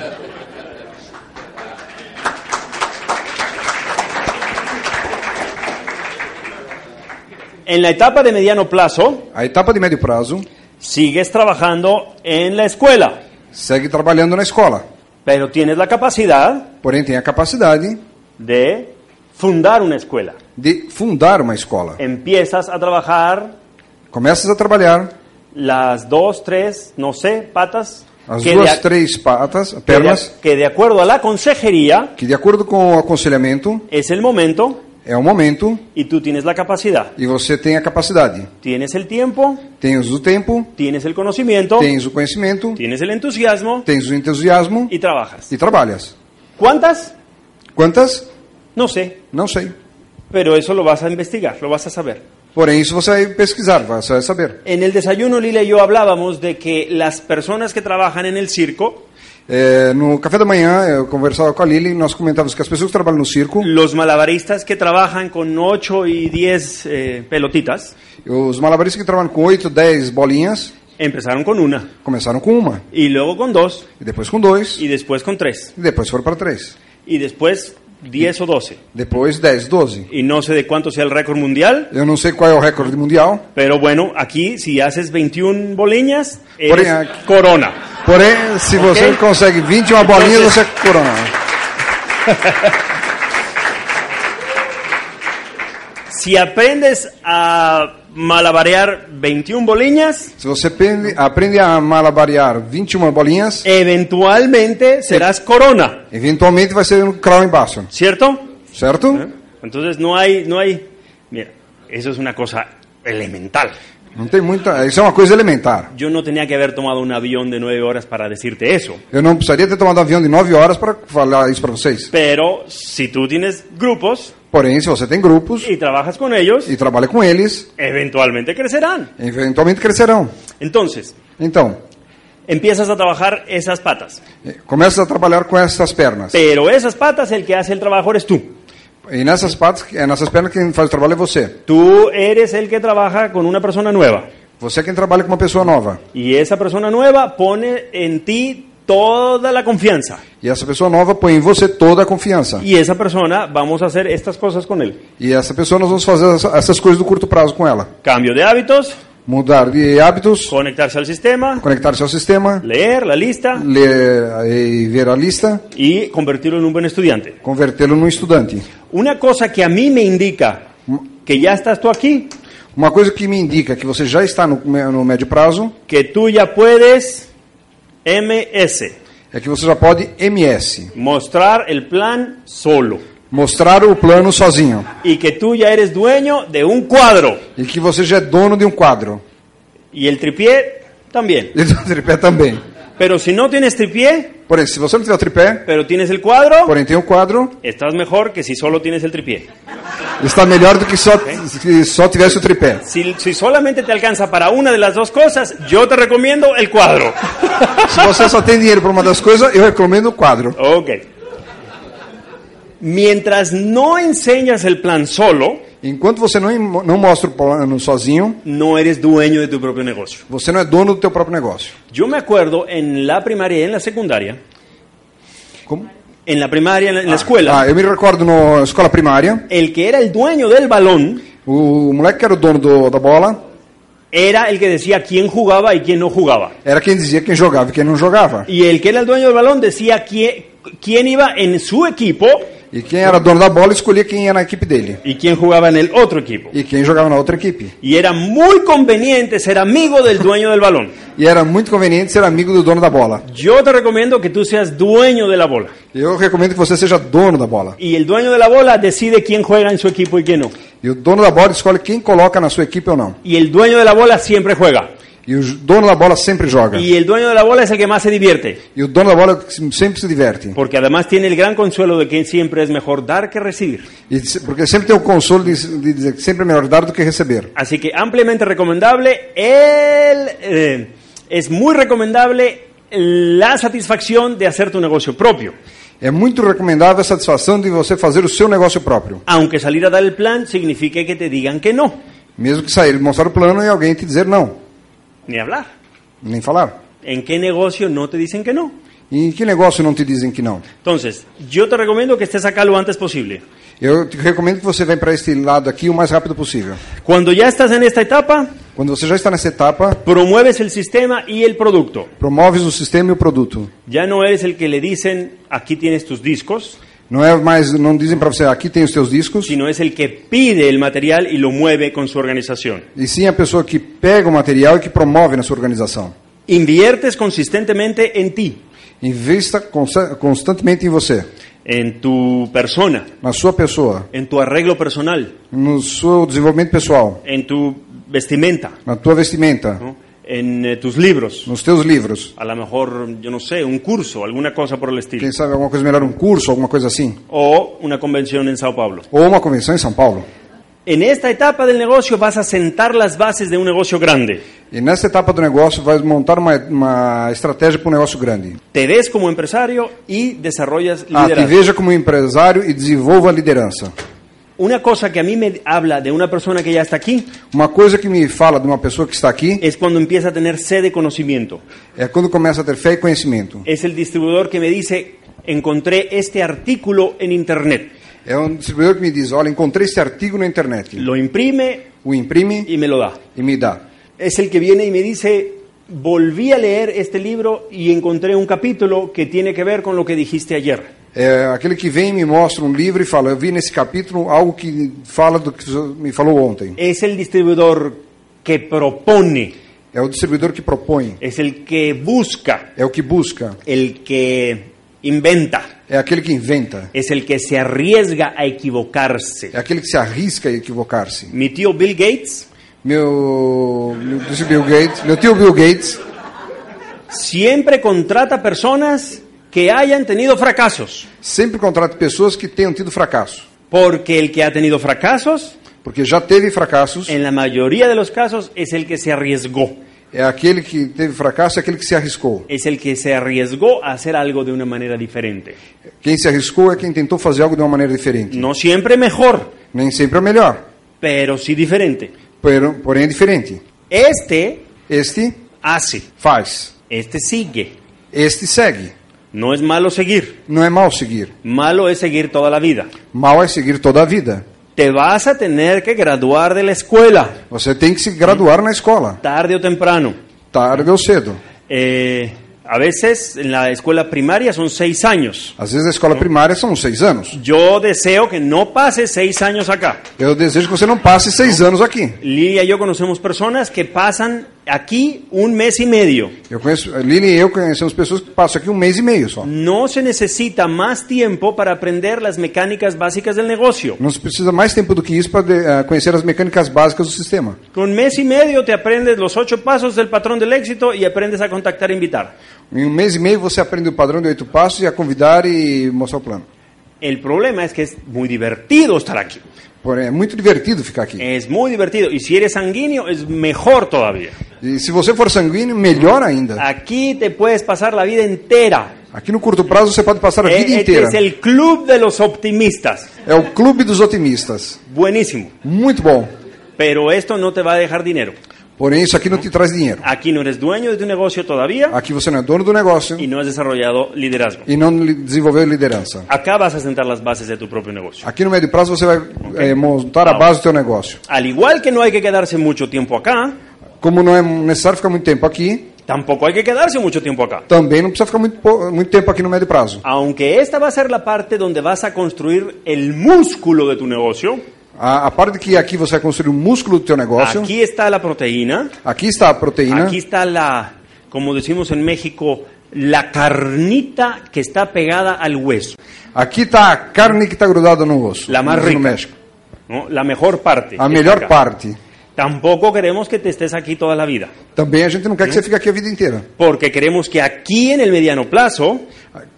En la etapa de mediano plazo, A etapa de médio prazo sigues trabajando en la escuela, segue trabalhando na escola, pero tienes la capacidad porém tem a capacidade de fundar una escuela. de fundar uma escola. Empiezas a trabajar Começas a trabalhar las dos, tres, no sé, patas as que de duas, a- três patas, que de a- pernas, que de acuerdo a la consejería que de acordo com o aconselhamento es el momento é o momento y tú tienes la capacidad. e você tem a capacidade. Tienes el tiempo, Tens o tempo, tienes el conocimiento, tens o conhecimento, tienes el entusiasmo tens o entusiasmo y trabajas. e trabalhas. ¿Cuántas? Quantas? No sé, Não sei. pero eso lo vas a investigar, lo vas a saber. Porém, isso você vai pesquisar, você vai saber. En el desayuno Lila y yo hablábamos de que las personas que trabajan en el circo, É, no café da manhã, eu conversava com a Lili e nós comentávamos que as pessoas que trabalham no circo los malabaristas que trabajan con 8 y 10 eh, pelotitas, Os malabaristas que trabalham com 8, 10 bolinhas empezaron con una, começaram com uma, y luego con dos, e depois com dois, y después con tres, e depois foram para três. y después 10 o 12. Depois 10, 12. Y no sé de cuánto sea el récord mundial, Eu não sei qual é o recorde mundial, Pero bueno, aquí si haces 21 boliñas, Por eres ahí. corona. porém, se você consegue 21 bolinhas, você é corona. Si aprendes a malabarear 21 boliñas, Se você aprende, aprende a malabarear 21 bolinhas, eventualmente serás corona, eventualmente vai ser um crau embaixo, ¿cierto? certo? É. Entonces no hay, no hay, mira, eso es una cosa elemental. Não tem muita. Isso é uma coisa elementar. Yo no tenía que haber tomado un avión de nueve horas para decirte eso. Eu não precisaria ter tomado avião de 9 horas para falar isso para vocês. Pero si tú tienes grupos Porém, se você tem grupos y trabajas con ellos, e trabalha com eles, eventualmente crecerán. eventualmente crescerão. Entonces, Então, eh, empiezas a trabajar esas patas. Começa a trabalhar com essas pernas. Pero esas patas, el que hace el trabajo eres tú. E nessas patas, é nessas pernas quem faz o trabalho é você. Tú eres el que trabaja con una persona nueva. Você é quem trabalha com uma pessoa nova. Y esa persona nueva pone en ti toda la confianza. E essa pessoa nova põe em você toda a confiança. Y esa persona, vamos a hacer estas cosas con él. E essa pessoa nós vamos fazer essa- essas coisas do curto prazo com ela. Cambio de hábitos, Mudar de hábitos, conectarse al sistema, conectar-se ao sistema, leer la lista ler eh, e ver a lista, y convertirlo en un buen estudiante. convertê-lo num estudante. Una cosa que a mí me indica que ya estás tú aquí, Uma coisa que me indica que você já está no, no médio prazo que tú ya puedes MS, é que você já pode MS, mostrar el plan solo. mostrar o plano sozinho. Y que tú ya eres dueño de un cuadro. E que você já é dono de um quadro. Y el tripié, también. Ele tem o tripé também. Pero si no tienes tripié, Porém, se você não tiver o tripé, pero tienes el cuadro, porém tem o quadro, estás mejor que si solo tienes el tripié. está melhor do que só, se só tivesse o tripé. Si, si solamente te alcanza para una de las dos cosas, yo te recomiendo el cuadro. Se você só tem dinheiro para uma das coisas, eu recomendo o quadro. Ok. Mientras no enseñas el plan solo, Enquanto você não, em- não mostra o plano sozinho, no eres dueño de tu propio negocio. você não é dono do teu próprio negócio. Yo me acuerdo en la primaria y en la secundaria, Como? en la primaria, en la, en la escuela, Ah, eu me recordo na escola primária, el que era el dueño del balón o moleque que era o dono do- da bola era el que decía quién jugaba y quién no jugaba. era quem dizia quem jogava e quem não jogava. Y el que era el dueño del balón decía quién, quién iba en su equipo E quem era dono da bola escolhia quem ia na equipe dele y quién jugaba en el otro equipo. e quem jogava na outra equipe. Y era muy conveniente ser amigo del dueño del balón. E era muito conveniente ser amigo do dono da bola. Yo te recomiendo que tú seas dueño de la bola. Eu recomendo que você seja dono da bola. Y el dueño de la bola decide quién juega en su equipo y quién no. E o dono da bola escolhe quem coloca na sua equipe ou não. Y el dueño de la bola siempre juega. E o j- dono da bola sempre joga. Y el dueño de la bola es el que más se divierte. E o dono da bola é o que se- sempre se diverte. Porque además tiene el gran consuelo de que siempre es mejor dar que recibir. E se- porque sempre tem o consolo de, de dizer que sempre é melhor dar do que receber. Así que ampliamente recomendable. El, eh, es muy recomendable la satisfacción de hacer tu negocio propio. É muito recomendável a satisfação de você fazer o seu negócio próprio. Aunque salir a dar el plan signifique que te digan que no. Mesmo que sair, mostrar o plano e alguém te dizer não. Ni hablar. Nem falar. ¿En qué negocio no te dicen que no? E em que negócio não te dizem que não? Entonces, yo te recomiendo que estés acá lo antes posible. Eu te recomendo que você venha para este lado aqui o mais rápido possível. Cuando ya estás en esta etapa, Quando você já está nessa etapa, promueves el sistema y el producto. promoves o sistema e o produto. Ya no eres el que le dicen, aquí tienes tus discos, Não é mais, não dizem para você, aqui tem os teus discos, sino es el que pide el material y lo mueve con su organização. e sim a pessoa que pega o material e que promove na sua organização. Inviertes consistentemente en ti, Invista consta- constantemente em você, en tu persona, na sua pessoa, en tu arreglo personal, no seu desenvolvimento pessoal, en tu vestimenta, na tua vestimenta, ¿no? en eh, tus libros, nos teus livros. a lo mejor, yo no sé, un curso, alguna cosa por el estilo, Quem sabe alguma coisa melhor, um curso, alguma coisa assim. o una convención en Sao Paulo. Ou uma convenção em São Paulo. En esta etapa del negocio vas a sentar las bases de un negocio grande. E nessa etapa do negócio, vai montar uma, uma estratégia para um negócio grande. Te ves como empresario y desarrollas Ah, te liderazgo. veja como empresário e desenvolva a liderança. Una cosa que a mí me habla de una persona que ya está aquí Uma coisa que me fala de uma pessoa que está aqui es cuando empieza a tener sed de conocimiento. é quando começa a ter fé e conhecimento. Es el distribuidor que me dice, encontré este artículo en Internet. É um distribuidor que me diz: Olha, encontrei esse artigo na internet. Lo imprime O imprime y me lo da. e me dá. Es el que viene y me dice, volví a leer este libro y encontré un capítulo que tiene que ver con lo que dijiste ayer. É aquele que vem e me mostra um livro e fala: Eu vi nesse capítulo algo que fala do que você me falou ontem. Es el distribuidor que propone, É o distribuidor que propõe, es el que busca, é o que busca, el que inventa, é aquele que inventa, es el que se arriesga a equivocarse. é aquele que se arrisca a equivocar-se. Mi tío Bill Gates Meu, meu, disse Bill Gates, meu tio Bill Gates siempre contrata personas que hayan tenido fracasos, sempre contrata pessoas que tenham tido fracasso, porque el que ha tenido fracasos, porque já teve fracassos. en la mayoría de los casos, es el que se arriesgó, É aquele que teve fracasso, é aquele que se arriscou. es el que se arriesgó a hacer algo de una manera diferente. Quem se arriscou é quem tentou fazer algo de uma maneira diferente. No siempre mejor, Nem sempre é o melhor, pero sí diferente. por- porém é diferente. Este Este hace, faz, este sigue. este segue. No es malo seguir, Não é mal seguir. malo es seguir toda la vida. Mal é seguir toda a vida. Te vas a tener que graduar de la escuela, Você tem que se graduar na escola, tarde o temprano. tarde ou cedo. Eh, a veces en la escuela primaria son seis años. Às vezes a escola primária são seis anos. Yo deseo que no pase seis años acá. Eu desejo que você não passe seis anos aqui. Lidia y yo conocemos personas que pasan aquí un mes y medio. Eu conheço, a Lina e eu conhecemos pessoas que passam aqui um mês e meio só. No se necesita más tiempo para aprender las mecánicas básicas del negocio. Não se precisa mais tempo do que isso para conhecer as mecânicas básicas do sistema. Con mes y medio te aprendes los ocho pasos del patrón del éxito y aprendes a contactar e invitar. Em um mês e meio você aprende o padrão de oito passos e a convidar e mostrar o plano. El problema es que es muy divertido estar aquí. Porém, é muito divertido ficar aqui. Es muy divertido. Y si eres sanguíneo, es mejor todavía. E se você for sanguíneo, melhor ainda. Aquí te puedes pasar la vida entera. Aqui no curto prazo você pode passar a vida E- Este inteira. es el club de los optimistas. É o clube dos otimistas. Buenísimo. Muito bom. Pero esto no te va a dejar dinero. Porém, isso aqui não te traz dinheiro. Aquí no eres dueño de tu negocio todavía Aqui você não é dono do negócio y no has desarrollado liderazgo. e não li- desenvolveu liderança. Acá vas a sentar las bases de tu propio negocio. Aqui no médio prazo você vai eh, montar a base do teu negócio. Al igual que no hay que quedarse mucho tiempo acá, Como não é necessário ficar muito tempo aqui, tampoco hay que quedarse mucho tiempo acá. também não precisa ficar muito, pou- muito tempo aqui no médio prazo. Aunque esta va a ser la parte donde vas a construir el músculo de tu negocio, A, a parte que aqui você vai construir o músculo do teu negócio, aqui, aquí está la proteína, está a proteína, aquí está la, como decimos en México, la carnita que está pegada al hueso, aqui está a carne que está grudada no osso. La mais no rica. México. ¿no? la mejor parte. A está melhor acá. parte. Tampoco queremos que te estés aquí toda la vida, Também a gente não quer que você fique aqui a vida inteira. porque queremos que aquí en el mediano plazo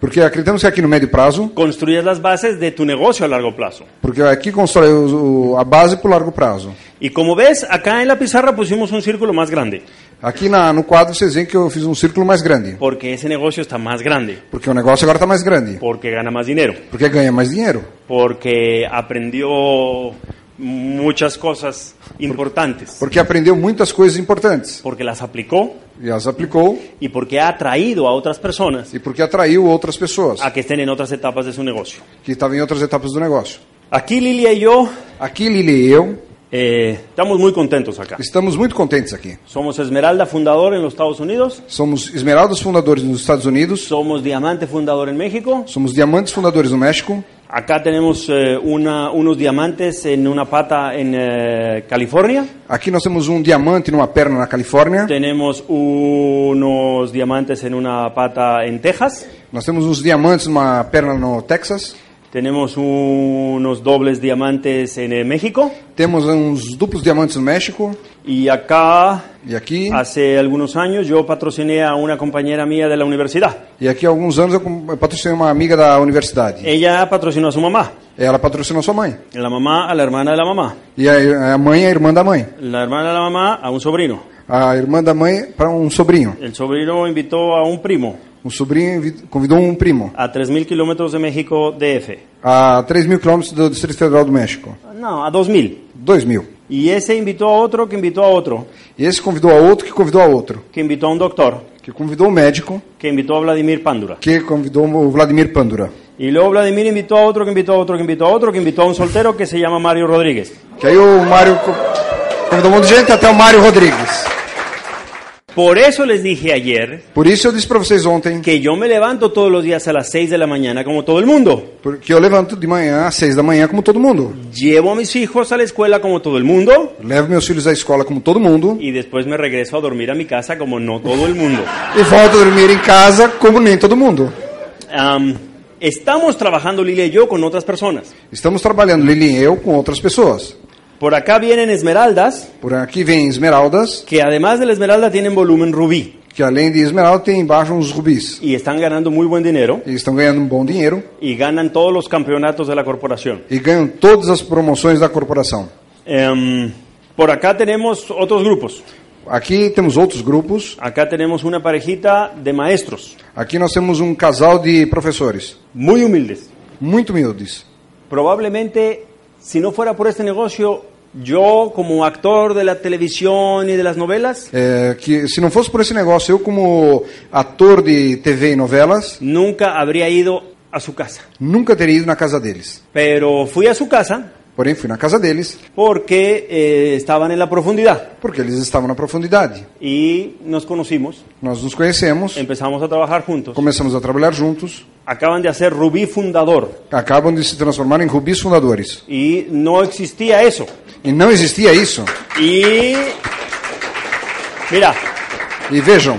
Porque acreditamos que aqui no médio prazo, construyas las bases de tu negocio a largo plazo. porque aqui constrói o- o- a base para o largo prazo. Y como ves, acá en la pizarra pusimos un círculo más grande, Aqui na, no quadro vocês veem que eu fiz um círculo mais grande. porque ese negocio está más grande, Porque o negócio agora está mais grande. porque gana más dinero, Porque ganha mais dinheiro. porque aprendió muchas cosas importantes, Porque aprendeu muitas coisas importantes. porque las aplicó E as aplicou. y porque ha atraído a otras personas E porque atraiu outras pessoas a que estén en otras etapas de su negocio. que estavam em outras etapas do negócio. Aquí Lilia y yo Aqui, Lili e eu eh, estamos muy contentos acá. estamos muito contentes aqui. Somos Esmeralda fundador en los Estados Unidos, Somos esmeraldas fundadores nos Estados Unidos. somos Diamante fundador en México. Somos diamantes fundadores no México. Acá tenemos eh, una- unos diamantes en una pata en eh, California. Aqui nós temos um diamante numa perna na Califórnia. Tenemos unos diamantes en una pata en Texas. Nós temos uns diamantes numa perna no Texas. Tenemos unos dobles diamantes en eh, México. Temos uns duplos diamantes no México. Y acá, E aqui, hace algunos años, yo patrociné a una compañera mía de la universidad. e aqui há alguns anos eu com- eu patrocinei uma amiga da universidade. Ella patrocinó a su mamá, Ela patrocinou sua mãe. la mamá a la hermana de la mamá, E a, a mãe é a irmã da mãe. la hermana de la mamá a un sobrino. A irmã da mãe para um sobrinho. El sobrino invitó a um primo Um sobrinho invi- convidou um primo a 3.000 kilómetros de México DF. a 3 mil quilômetros do Distrito Federal do México. No, a 2.000. 2 mil. Y ese invitó a otro que invitó a otro, E esse convidou a outro que convidou a outro. que invitó a un doctor, Que convidou o médico que invitó a Vladimir Pándura. que convidou o Vladimir Pandura. Y luego Vladimir invitó a otro, que invitó a otro, que invitó a otro, que invitó a un soltero que se llama Mario Rodríguez. Que aí o Mário co- convidou um monte de gente, até o Mário Rodrigues. Por eso les dije ayer Por isso eu disse para vocês ontem que yo me levanto todos los días a las 6 de la mañana como todo el mundo. porque eu levanto de manhã às 6 da manhã como todo mundo. Llevo a mis hijos a la escuela como todo el mundo Levo meus filhos à escola como todo mundo y después me regreso a dormir a mi casa como no todo el mundo. e volto a dormir em casa como nem todo mundo. Am, estamos trabajando Lilia y yo con otras personas. Estamos trabalhando, Lili e eu, com outras pessoas. Por acá vienen esmeraldas, Por aqui vem esmeraldas, que además de la esmeralda tienen volumen rubí que além de esmeralda tem embaixo uns rubis. y están ganando muy buen dinero Eles estão ganhando um bom dinheiro y ganan todos los campeonatos de la corporación. e ganham todas as promoções da corporação. Em, por acá tenemos otros grupos. Aqui temos outros grupos. Acá tenemos una parejita de maestros, Aqui nós temos um casal de professores, muy humildes. muito humildes. Probablemente, si no fuera por este negocio, yo como actor de la televisión y de las novelas, É, que se não fosse por esse negócio, eu como ator de TV e novelas, nunca habría ido a su casa. nunca teria ido na casa deles. Pero fui a su casa Porém, fui na casa deles porque eh, estaban en la profundidad porque eles estavam na profundidade. y nos conocimos, Nós nos conhecemos, empezamos a trabajar juntos. começamos a trabalhar juntos, Acaban de hacer Rubí Fundador acabam de se transformar em rubis fundadores. y no existía eso. E não existia isso. Y Mira, E vejam,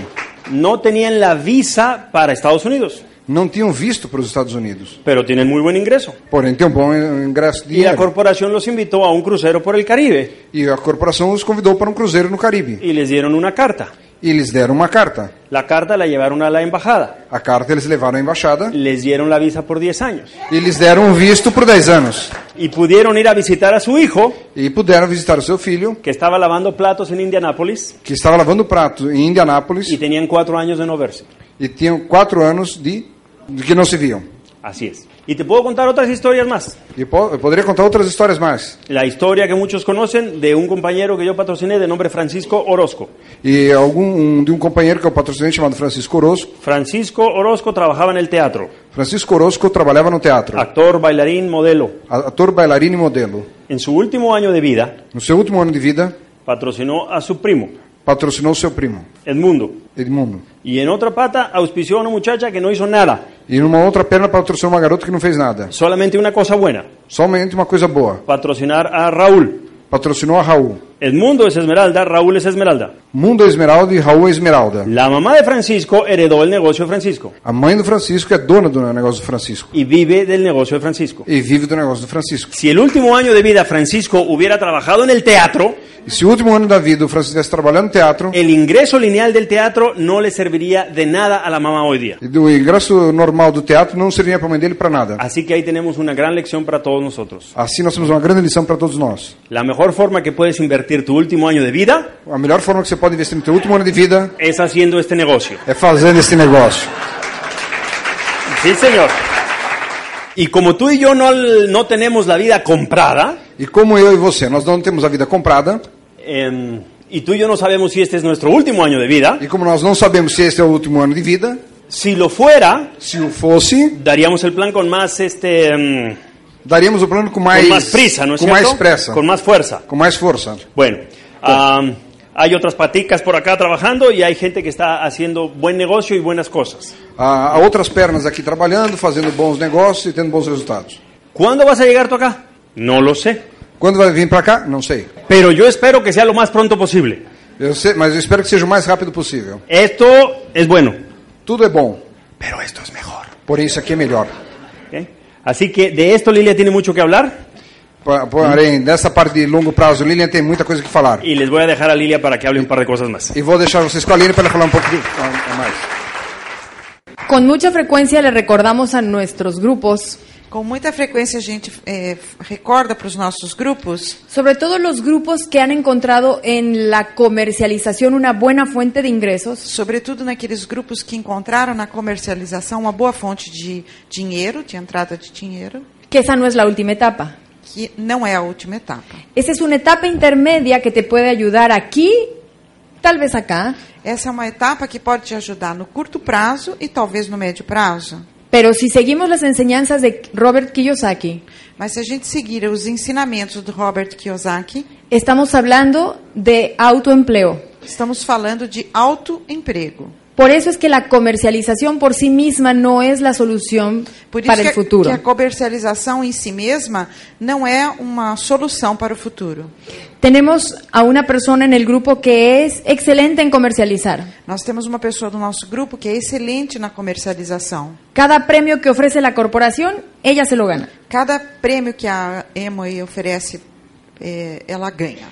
no tenían la visa para Estados Unidos, não tinham visto para os Estados Unidos, pero tienen muy buen ingreso. porém tem um bom ingresso de Y la dinheiro. corporación los invitó a un crucero por el Caribe E a corporação os convidou para um cruzeiro no Caribe. y les dieron una carta. E eles deram uma carta. La carta la llevaron a la embajada. A carta eles levaram à embaixada Les dieron la visa por 10 años. e eles deram um visto por 10 anos. Y pudieron ir a visitar a su hijo, E puderam visitar o seu filho, que estaba lavando platos en Indianápolis, que estava lavando prato em Indianápolis y tenían cuatro años de no verse. e tinham 4 anos de, de que não se viam. Así es. Y te puedo contar otras historias más. E po eu poderia contar outras histórias mais. La historia que muchos conocen de un compañero que yo patrociné de nombre Francisco Orozco. E algum um, de um companheiro que é o patrocinante chamado Francisco Orozco. Francisco Orozco trabajaba en el teatro, Francisco Orozco trabalhava no teatro, actor, bailarín, modelo. ator, bailarino e modelo. En su último año de vida, No seu último ano de vida, patrocinó a su primo, patrocinou seu primo, Edmundo. Edmundo. Y en otra pata auspició a una muchacha que no hizo nada, E numa outra perna patrocinou uma garota que não fez nada. solamente una cosa buena, Somente uma coisa boa, patrocinar a Raúl. patrocinou a Raul. Edmundo es Esmeralda, Raúl es Esmeralda. Mundo é Esmeralda e Raul é Esmeralda. La mamá de Francisco heredó el negocio de Francisco A mãe do Francisco é dona do negócio do Francisco y vive del negocio de Francisco. e vive do negócio do Francisco. Si el último año de vida Francisco hubiera trabajado en el teatro, E se o último ano da vida o Francisco estivesse trabalhando no teatro, el ingreso lineal del teatro no le serviría de nada a la mamá hoy día. e do ingresso normal do teatro não servia para a mãe dele para nada. Así que ahí tenemos una gran lección para todos nosotros. Assim nós temos uma grande lição para todos nós. La mejor forma que puedes invertir tu último año de vida A melhor forma que você pode investir no seu último ano de vida es haciendo este negocio. é fazendo esse negócio. Sí, señor. Y como tú y yo no, no tenemos la vida comprada, E como eu e você, nós não temos a vida comprada, em, y tú y yo no sabemos si este es nuestro último año de vida, e como nós não sabemos se esse é o último ano de vida, si lo fuera, se o fosse, daríamos el plan con más, este, em, daríamos o plano com mais, con más prisa, ¿no es com cierto? mais pressa, Con más fuerza. com mais força. Bueno, am, hay otras paticas por acá trabajando y hay gente que está haciendo buen negocio y buenas cosas. Há há outras pernas aqui trabalhando, fazendo bons negócios e tendo bons resultados. ¿Cuándo vas a llegar tú acá? No lo sé. Quando vai vir para cá? Não sei. Pero yo espero que sea lo más pronto posible. Eu sei, mas eu espero que seja o mais rápido possível. Esto es bueno, Tudo é bom, pero esto es mejor. porém isso aqui é melhor. ¿ok? Así que de esto Lilia tiene mucho que hablar Po- Porém, dessa parte de longo prazo, Lilian tem muita coisa que falar. y les voy a dejar a Lilia para que hable un par de cosas más. E vou deixar vocês com a Lilian para ela falar um pouco de- a- a mais. Con mucha frecuencia le recordamos a nuestros grupos, Com muita frequência a gente eh, recorda para os nossos grupos sobre todo los grupos que han encontrado en la comercialización una buena fuente de ingresos, sobretudo naqueles grupos que encontraram na comercialização uma boa fonte de dinheiro, de entrada de dinheiro, que esa no es la última etapa. que não é a última etapa. Esa es una etapa intermedia que te puede ayudar aquí, tal vez acá, Essa é uma etapa que pode te ajudar no curto prazo e talvez no médio prazo. pero si seguimos las enseñanzas de Robert Kiyosaki, Mas se a gente seguir os ensinamentos do Robert Kiyosaki, estamos hablando de autoempleo. estamos falando de autoemprego. Por eso es que la comercialización por sí misma no es la solución Por isso para Pues el que a, que a futuro. comercialização em si mesma não é uma solução para o futuro. Tenemos a una persona en el grupo que es excelente en comercializar. Nós temos uma pessoa do nosso grupo que é excelente na comercialização. Cada premio que ofrece la corporación, ella se lo gana. Cada prêmio que a Emoy oferece, eh, ela ganha.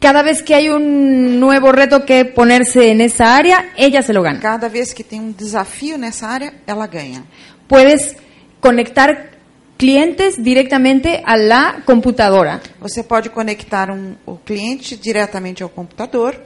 Cada vez que hay un nuevo reto que ponerse en esa área, ella se lo gana. Cada vez que tem um desafio nessa área, ela ganha. Puedes conectar clientes directamente a la computadora Você pode conectar um, o cliente diretamente ao computador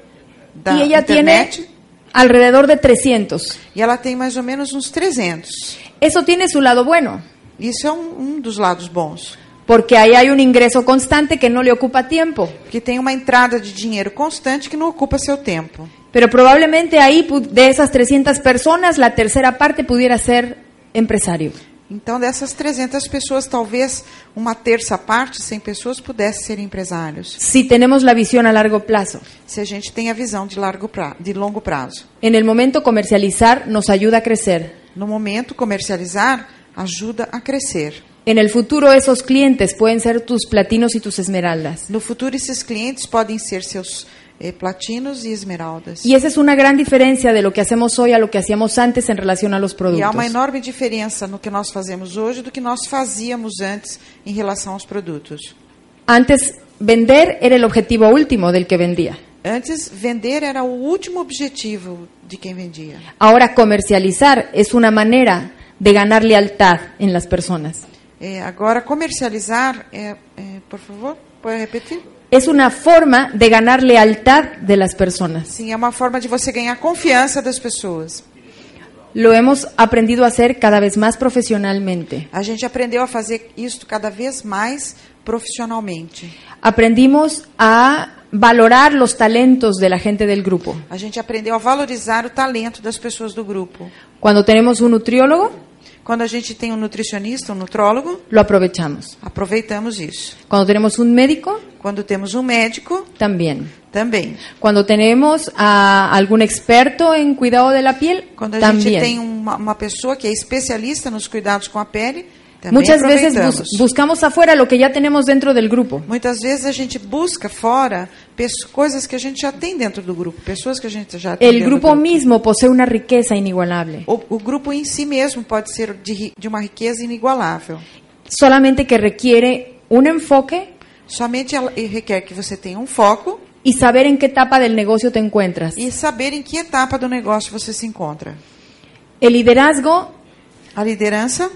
da y ella internet tiene alrededor de 300. e ela tem mais ou menos uns 300. Eso tiene su lado bueno, Isso é um, um dos lados bons, porque ahí hay un ingreso constante que no le ocupa tiempo. porque tem uma entrada de dinheiro constante que não ocupa seu tempo. Pero probablemente ahí pu- de esas 300 personas, la tercera parte pudiera ser empresario. Então, dessas 300 pessoas, talvez uma terça parte, 100 pessoas, pudesse ser empresários, Si tenemos la visión a largo plazo. se a gente tem a visão de, largo pra, de longo prazo. En el momento comercializar nos ayuda a crecer. No momento, comercializar ajuda a crescer. En el futuro esos clientes pueden ser tus platinos y tus esmeraldas. No futuro, esses clientes podem ser seus eh, platinos e esmeraldas. Y esa es una gran diferencia de lo que hacemos hoy a lo que hacíamos antes en relación a los E há uma productos. enorme diferença no que nós fazemos hoje do que nós fazíamos antes em relação aos produtos. Antes, vender era el objetivo último del que vendía. Antes, vender era o último objetivo de quem vendia. Ahora, comercializar es una manera de ganar lealtad en las personas. É, agora, comercializar, é, é, por favor, pode repetir? Es una forma de ganar lealtad de las personas. Sim, é uma forma de você ganhar confiança das pessoas. Lo hemos aprendido a hacer cada vez más profesionalmente. A gente aprendeu a fazer isso cada vez mais profissionalmente. Aprendimos a valorar los talentos de la gente del grupo. A gente aprendeu a valorizar o talento das pessoas do grupo. Cuando tenemos un nutriólogo, Quando a gente tem um nutricionista, um nutrólogo, lo aprovechamos. aproveitamos isso. Cuando tenemos un médico, Quando temos um médico, también. também. Cuando tenemos a algún experto en cuidado de la piel, Quando a gente tem también. uma, uma pessoa que é especialista nos cuidados com a pele, também Muchas veces bus- aproveitamos. buscamos afuera lo que ya tenemos dentro del grupo. Muitas vezes a gente busca fora pes- coisas que a gente já tem dentro do grupo, pessoas que a gente já tem El dentro grupo do grupo. mismo posee una riqueza inigualable, O, o grupo em si mesmo pode ser de, ri- de uma riqueza inigualável. solamente que requiere un enfoque Somente ela e requer que você tenha um foco y saber en qué etapa del negocio te encuentras. e saber em que etapa do negócio você se encontra. El liderazgo A liderança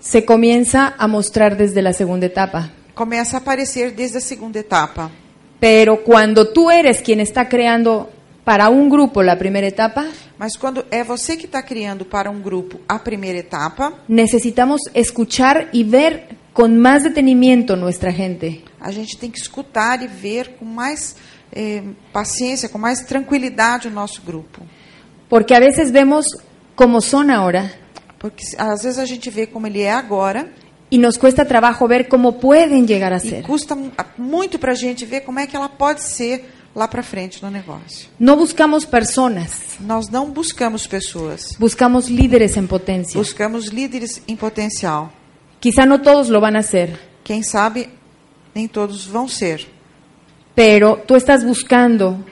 se comienza a mostrar desde la segunda etapa, começa a aparecer desde a segunda etapa. pero cuando tú eres quien está creando para un grupo la primera etapa, Mas quando é você que está criando para um grupo a primeira etapa, necesitamos escuchar y ver con más detenimiento nuestra gente. A gente tem que escutar e ver com mais eh, paciência, com mais tranquilidade o nosso grupo. Porque a veces vemos cómo son ahora Porque se- às vezes a gente vê como ele é agora y nos cuesta trabajo ver cómo pueden llegar a e ser. custa mu- a- muito para a gente ver como é que ela pode ser lá para frente no negócio. No buscamos personas, Nós não buscamos pessoas, buscamos líderes en potencia. buscamos líderes em potencial. Quizá no todos lo van a hacer, Quem sabe nem todos vão ser, pero tú estás buscando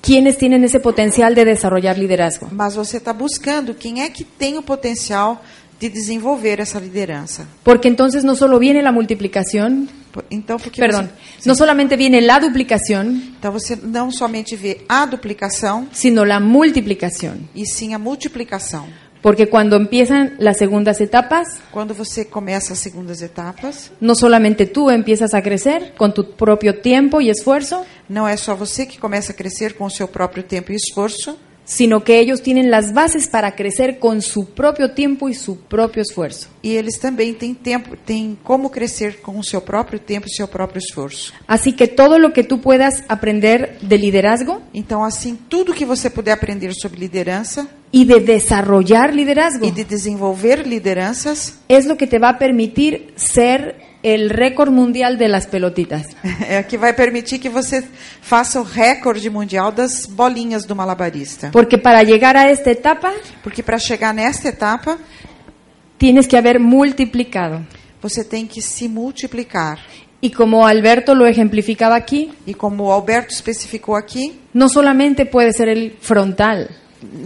quienes tienen ese potencial de desarrollar liderazgo. mas você está buscando quem é que tem o potencial de desenvolver essa liderança. Porque entonces no solo viene la multiplicación, Po- Então, porque perdón, você- no solamente viene la duplicación, Então você não somente vê a duplicação, sino la multiplicación. e sim a multiplicação. Porque cuando empiezan las segundas etapas, Quando você começa as segundas etapas, No solamente tú empiezas a crecer con tu propio tiempo y esfuerzo, não é só você que começa a crescer com o seu próprio tempo e esforço, sino que ellos tienen las bases para crecer con su propio tiempo y su propio esfuerzo. e eles também têm tempo, têm como crescer com o seu próprio tempo e seu próprio esforço. Así que todo lo que tú puedas aprender de liderazgo Então, assim, tudo que você puder aprender sobre liderança y de desarrollar liderazgo e de desenvolver lideranças es lo que te va a permitir ser el récord mundial de las pelotitas. é que vai permitir que você faça o recorde mundial das bolinhas do malabarista. Porque para llegar a esta etapa Porque para chegar nesta etapa, tienes que haber multiplicado. você tem que se multiplicar. Y como Alberto lo ejemplificaba aquí, E como o Alberto especificou aqui, no solamente puede ser el frontal,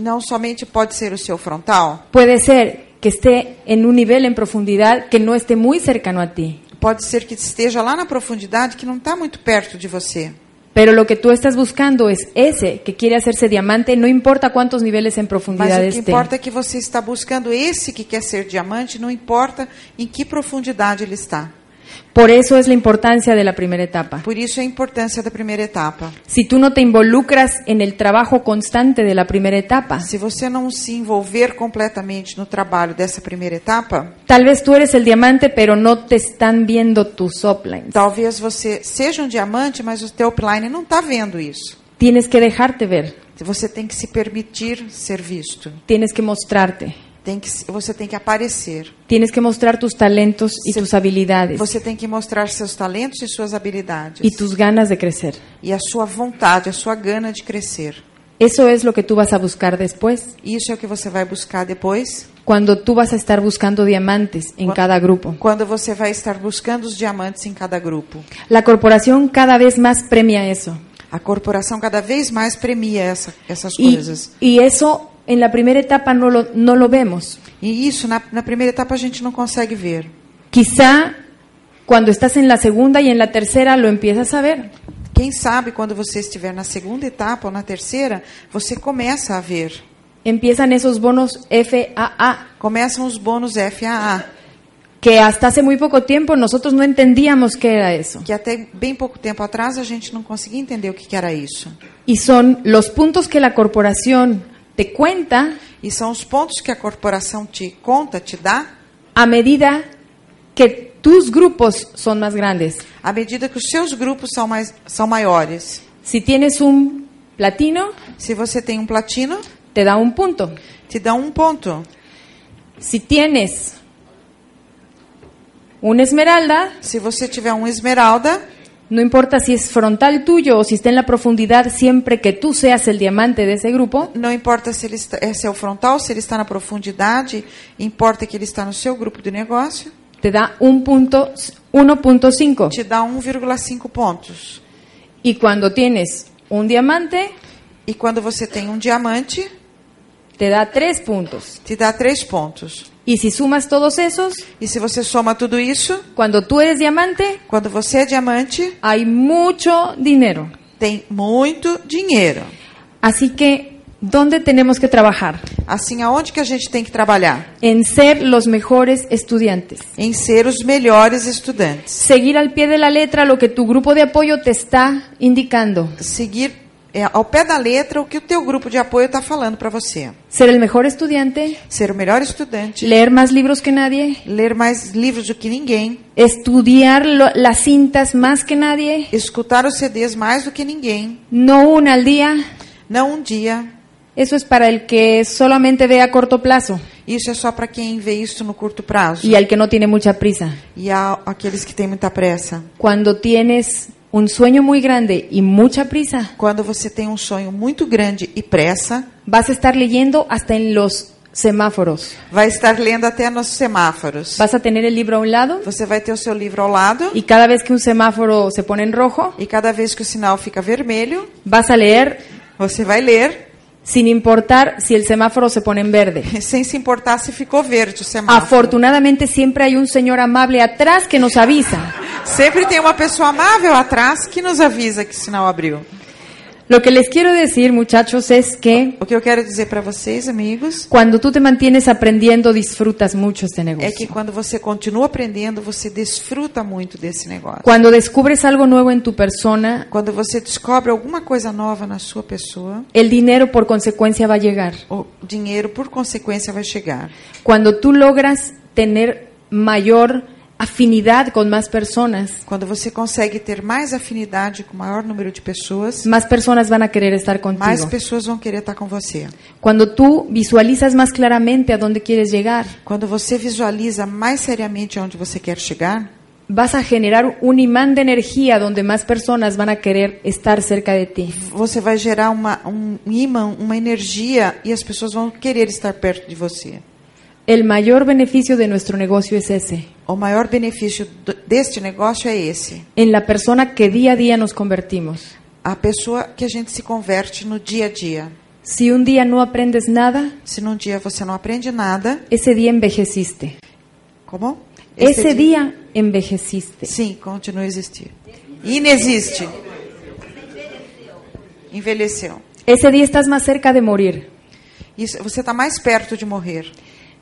não somente pode ser o seu frontal, Puede ser que esté en un nivel en profundidad que no esté muy cercano a ti, pode ser que esteja lá na profundidade que não está muito perto de você. pero lo que tú estás buscando es ese que quiere hacerse diamante, no importa cuántos niveles en Mas profundidad o que esté. importa é que você está buscando esse que quer ser diamante, não importa em que profundidade ele está. Por eso es la importancia de la primera etapa. Por isso a importância da primeira etapa. Si tú no te involucras en el trabajo constante de la primera etapa, Se você não se envolver completamente no trabalho dessa primeira etapa, tal vez tú eres el diamante, pero no te están viendo tus uplines. talvez você seja um diamante, mas o teu upline não está vendo isso. Tienes que dejarte ver, Você tem que se permitir ser visto. tienes que mostrarte, Tem que, se- você tem que aparecer. tienes que mostrar tus talentos y Se- tus habilidades Você tem que mostrar seus talentos e suas habilidades. y tus ganas de crecer. E a sua vontade, a sua gana de crescer. Eso es lo que tú vas a buscar después, Isso é o que você vai buscar depois. cuando tú vas a estar buscando diamantes en Cu- cada grupo. Quando você vai estar buscando os diamantes em cada grupo. La corporación cada vez más premia eso. A corporação cada vez mais premia essa, essas Y, coisas. y eso en la primera etapa no lo, no lo vemos. E isso, na, na primeira etapa, a gente não consegue ver. Quizá cuando estás en la segunda y en la tercera lo empiezas a ver. Quem sabe, quando você estiver na segunda etapa ou na terceira, você começa a ver. Empiezan esos bonos FAA, Começam os bônus FAA, que hasta hace muy poco tiempo nosotros no entendíamos qué era eso. que até bem pouco tempo atrás a gente não conseguia entender o que que era isso. Y son los puntos que la corporación te cuenta E são os pontos que a corporação te conta, te dá, a medida que tus grupos son más grandes. à medida que os seus grupos são, mais, são maiores. Si tienes un platino, Se você tem um platino, te da un punto. te dá um ponto. Si tienes una esmeralda, Se você tiver um esmeralda, no importa si es frontal tuyo o si está en la profundidad, siempre que tú seas el diamante de ese grupo, não importa se ele está, é seu frontal, se ele está na profundidade, importa que ele está no seu grupo de negócio, te da un punto 1.5. te dá 1,5 pontos. Y cuando tienes un diamante, E quando você tem um diamante, te da 3 puntos. te dá 3 pontos. Y si sumas todos esos, E se você soma tudo isso, cuando tú eres diamante, quando você é diamante, hay mucho dinero. tem muito dinheiro. Así que, ¿dónde tenemos que trabajar? Assim, aonde que a gente tem que trabalhar? En ser los mejores estudiantes. Em ser os melhores estudantes. Seguir al pie de la letra lo que tu grupo de apoyo te está indicando. Seguir é, ao pé da letra o que o teu grupo de apoio está falando para você. Ser el mejor estudiante, Ser o melhor estudante, leer más libros que nadie, ler mais livros do que ninguém, estudiar lo- las cintas más que nadie, escutar os CDs mais do que ninguém, no una al día. não um dia. Eso es para el que solamente ve a corto plazo Isso é só para quem vê isso no curto prazo. y al que no tiene mucha prisa. E há aqueles que têm muita pressa. Cuando tienes un sueño muy grande y mucha prisa, Quando você tem um sonho muito grande e pressa, vas a estar leyendo hasta en los semáforos. vai estar lendo até nos semáforos. Vas a tener el libro a un lado Você vai ter o seu livro ao lado y cada vez que un semáforo se pone en rojo, e cada vez que o sinal fica vermelho, vas a leer você vai ler sin importar si el semáforo se pone en verde. sem se importar se ficou verde o semáforo. Afortunadamente siempre hay un señor amable atrás que nos avisa. Sempre tem uma pessoa amável atrás que nos avisa que o sinal abriu. Lo que les quiero decir, muchachos, es que O que eu quero dizer para vocês, amigos, cuando tú te mantienes aprendiendo, disfrutas mucho este é que negocio. quando você continua aprendendo, você desfruta muito desse negócio. Cuando descubres algo nuevo en tu persona, Quando você descobre alguma coisa nova na sua pessoa, el dinero por consecuencia va a llegar. o dinheiro por consequência vai chegar. Cuando tú logras tener mayor afinidad con más personas, Quando você consegue ter mais afinidade com o maior número de pessoas, más personas van a querer estar mais contigo. pessoas vão querer estar com você. Cuando tú visualizas más claramente a dónde quieres llegar, Quando você visualiza mais seriamente onde você quer chegar, vas a generar un imán de energía donde más personas van a querer estar cerca de ti. você vai gerar uma, um ímã, uma energia e as pessoas vão querer estar perto de você. El mayor beneficio de nuestro negocio es ese, O maior benefício do- deste negócio é esse: en la persona que día a día nos convertimos. a pessoa que a gente se converte no dia a dia. Si un día no aprendes nada, Se num dia você não aprende nada, ese día envejeciste. como? Ese día envejeciste. Sim, continua a existir. Inexiste. Envelheceu. Ese día estás más cerca de morir. Isso, você está mais perto de morrer.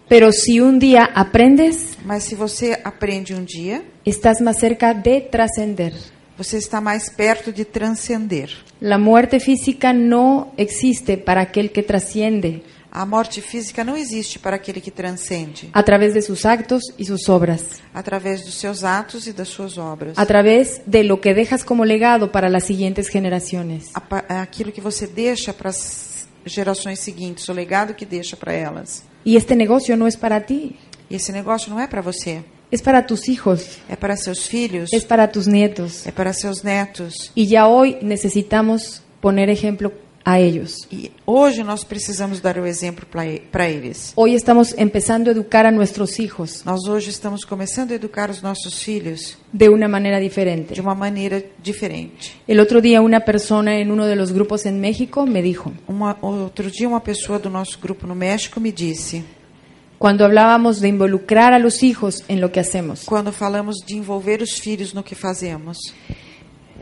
Pero si un día aprendes, Mas se você aprende um dia, estás más cerca de trascender. você está mais perto de transcender. La muerte física no existe para aquel que trasciende A morte física não existe para aquele que transcende a través de sus actos y sus obras, através dos seus atos e das suas obras. a través de lo que dejas como legado para las siguientes generaciones. A pa- é Aquilo que você deixa para as gerações seguintes, o legado que deixa para elas. Y este negocio no es para ti, E esse negócio não é para você, es para tus hijos, é para seus filhos, es para tus nietos. é para seus netos. Y ya hoy necesitamos poner ejemplo a ellos. E hoje nós precisamos dar o exemplo para eles. Hoy estamos empezando a educar a nuestros hijos Nós hoje estamos começando a educar os nossos filhos de una manera de diferente. uma maneira diferente. El otro día una persona en uno de los grupos en México me dijo, Uma, outro dia, uma pessoa do nosso grupo no México me disse: cuando hablábamos de involucrar a los hijos en lo que hacemos, quando falamos de envolver os filhos no que fazemos,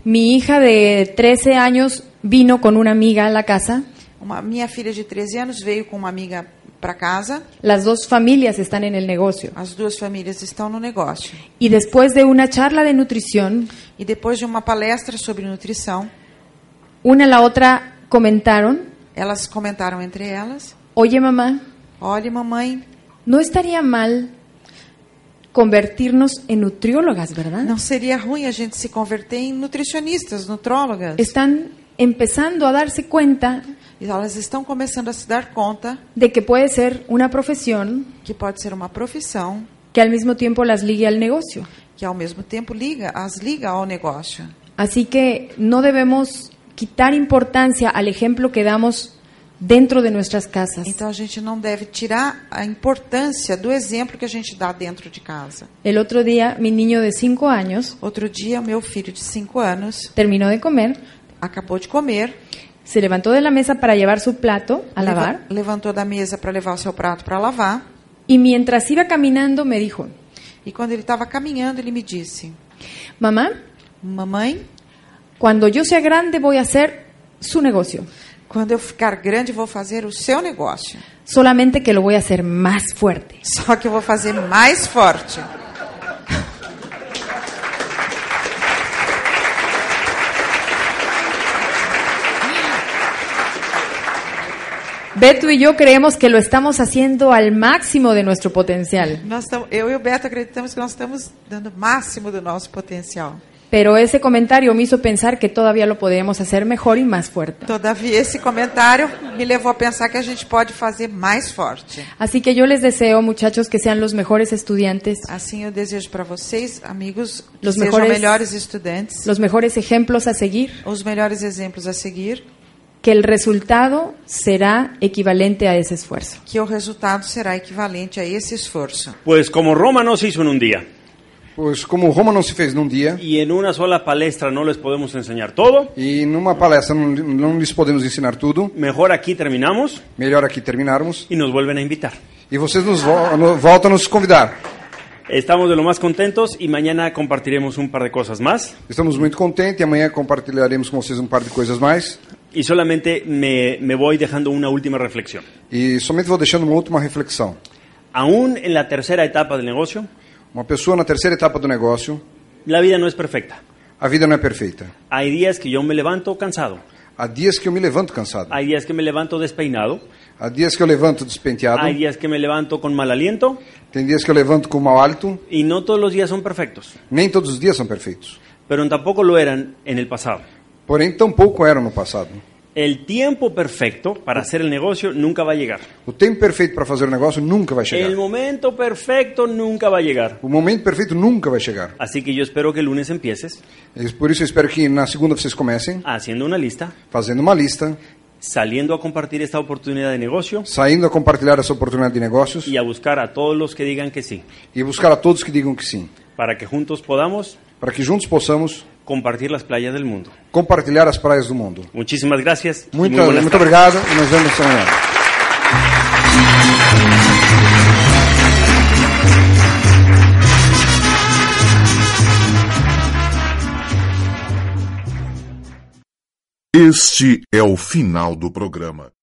mi hija de 13 años vino con una amiga a la casa, uma, minha filha de 13 anos veio com uma amiga para casa, las dos familias están en el negocio. as duas famílias estão no negócio. Y después de una charla de nutrición, E depois de uma palestra sobre nutrição, una a la otra comentaron, elas comentaram entre elas: oye mamá, Olha, mamãe, no estaría mal convertirnos en nutriólogas, ¿verdad? não seria ruim a gente se converter em nutricionistas, nutrólogas. Están empezando a darse cuenta E elas estão começando a se dar conta de que puede ser una profesión que pode ser uma profissão que al mismo tiempo las ligue al negocio. que ao mesmo tempo liga, as liga ao negócio. Así que no debemos quitar importancia al ejemplo que damos dentro de nuestras casas. Então a gente não deve tirar a importância do exemplo que a gente dá dentro de casa. El otro día mi niño de 5 años Outro dia, meu filho de 5 anos terminó de comer, acabou de comer, se levantó de la mesa para llevar su plato a leva- lavar levantou da mesa para levar o seu prato para lavar, y mientras iba caminando me dijo, e quando ele estava caminhando, ele me disse: mamá, Mamãe, cuando yo sea grande voy a hacer su negocio, quando eu ficar grande, vou fazer o seu negócio. solamente que lo voy a hacer más fuerte. Só que eu vou fazer mais forte. Beto y yo creemos que lo estamos haciendo al máximo de nuestro potencial, Nós tamo, eu e o Beto acreditamos que nós estamos dando o máximo do nosso potencial. pero ese comentario me hizo pensar que todavía lo podríamos hacer mejor y más fuerte. Todavia, esse comentário me levou a pensar que a gente pode fazer mais forte. Así que yo les deseo, muchachos, que sean los mejores estudiantes, Assim, eu desejo para vocês, amigos, que Los sejam mejores- melhores estudantes, los mejores ejemplos a seguir, os melhores exemplos a seguir, que el resultado será equivalente a ese esfuerzo. que o resultado será equivalente a esse esforço. Pues como Roma no se hizo en un día Pois como Roma não se fez num dia y en una sola palestra no les podemos enseñar todo, e numa palestra não, não lhes podemos ensinar tudo, mejor aquí terminamos melhor aqui terminarmos y nos vuelven a invitar. e vocês nos vo no- voltam a nos convidar. Estamos de lo más contentos y mañana compartiremos un par de cosas más. Estamos muito contentes e amanhã compartilharemos com vocês um par de coisas mais Y solamente me, me voy dejando una última reflexión. e somente vou deixando uma última reflexão. Aún en la tercera etapa del negocio, Uma pessoa na terceira etapa do negócio, la vida no es perfecta. a vida não é perfeita. Hay días que yo me levanto cansado, Há dias que eu me levanto cansado, hay días que me levanto despeinado, há dias que eu levanto despenteado, hay días que me levanto con mal aliento tem dias que eu levanto com mau hálito. y no todos los días son perfectos, Nem todos os dias são perfeitos, pero tampoco lo eran en el pasado. porém tampouco eram no passado. El tiempo perfecto para hacer el negocio nunca va a llegar. O tempo perfeito para fazer o negócio nunca vai chegar. El momento perfecto nunca va a llegar. O momento perfeito nunca vai chegar. Así que yo espero que el lunes empieces E Por isso eu espero que na segunda vocês comecem haciendo una lista, fazendo uma lista, saliendo a compartir esta oportunidad de negocio saindo a compartilhar essa oportunidade de negócios y a buscar a todos los que digan que sí, e buscar a todos que digam que sim, para que juntos podamos para que juntos possamos compartir las playas del mundo. compartilhar as praias do mundo. Muchísimas gracias. y muy Muito, buenas muito tardes. obrigado e nos vemos amanhã. Este é o final do programa.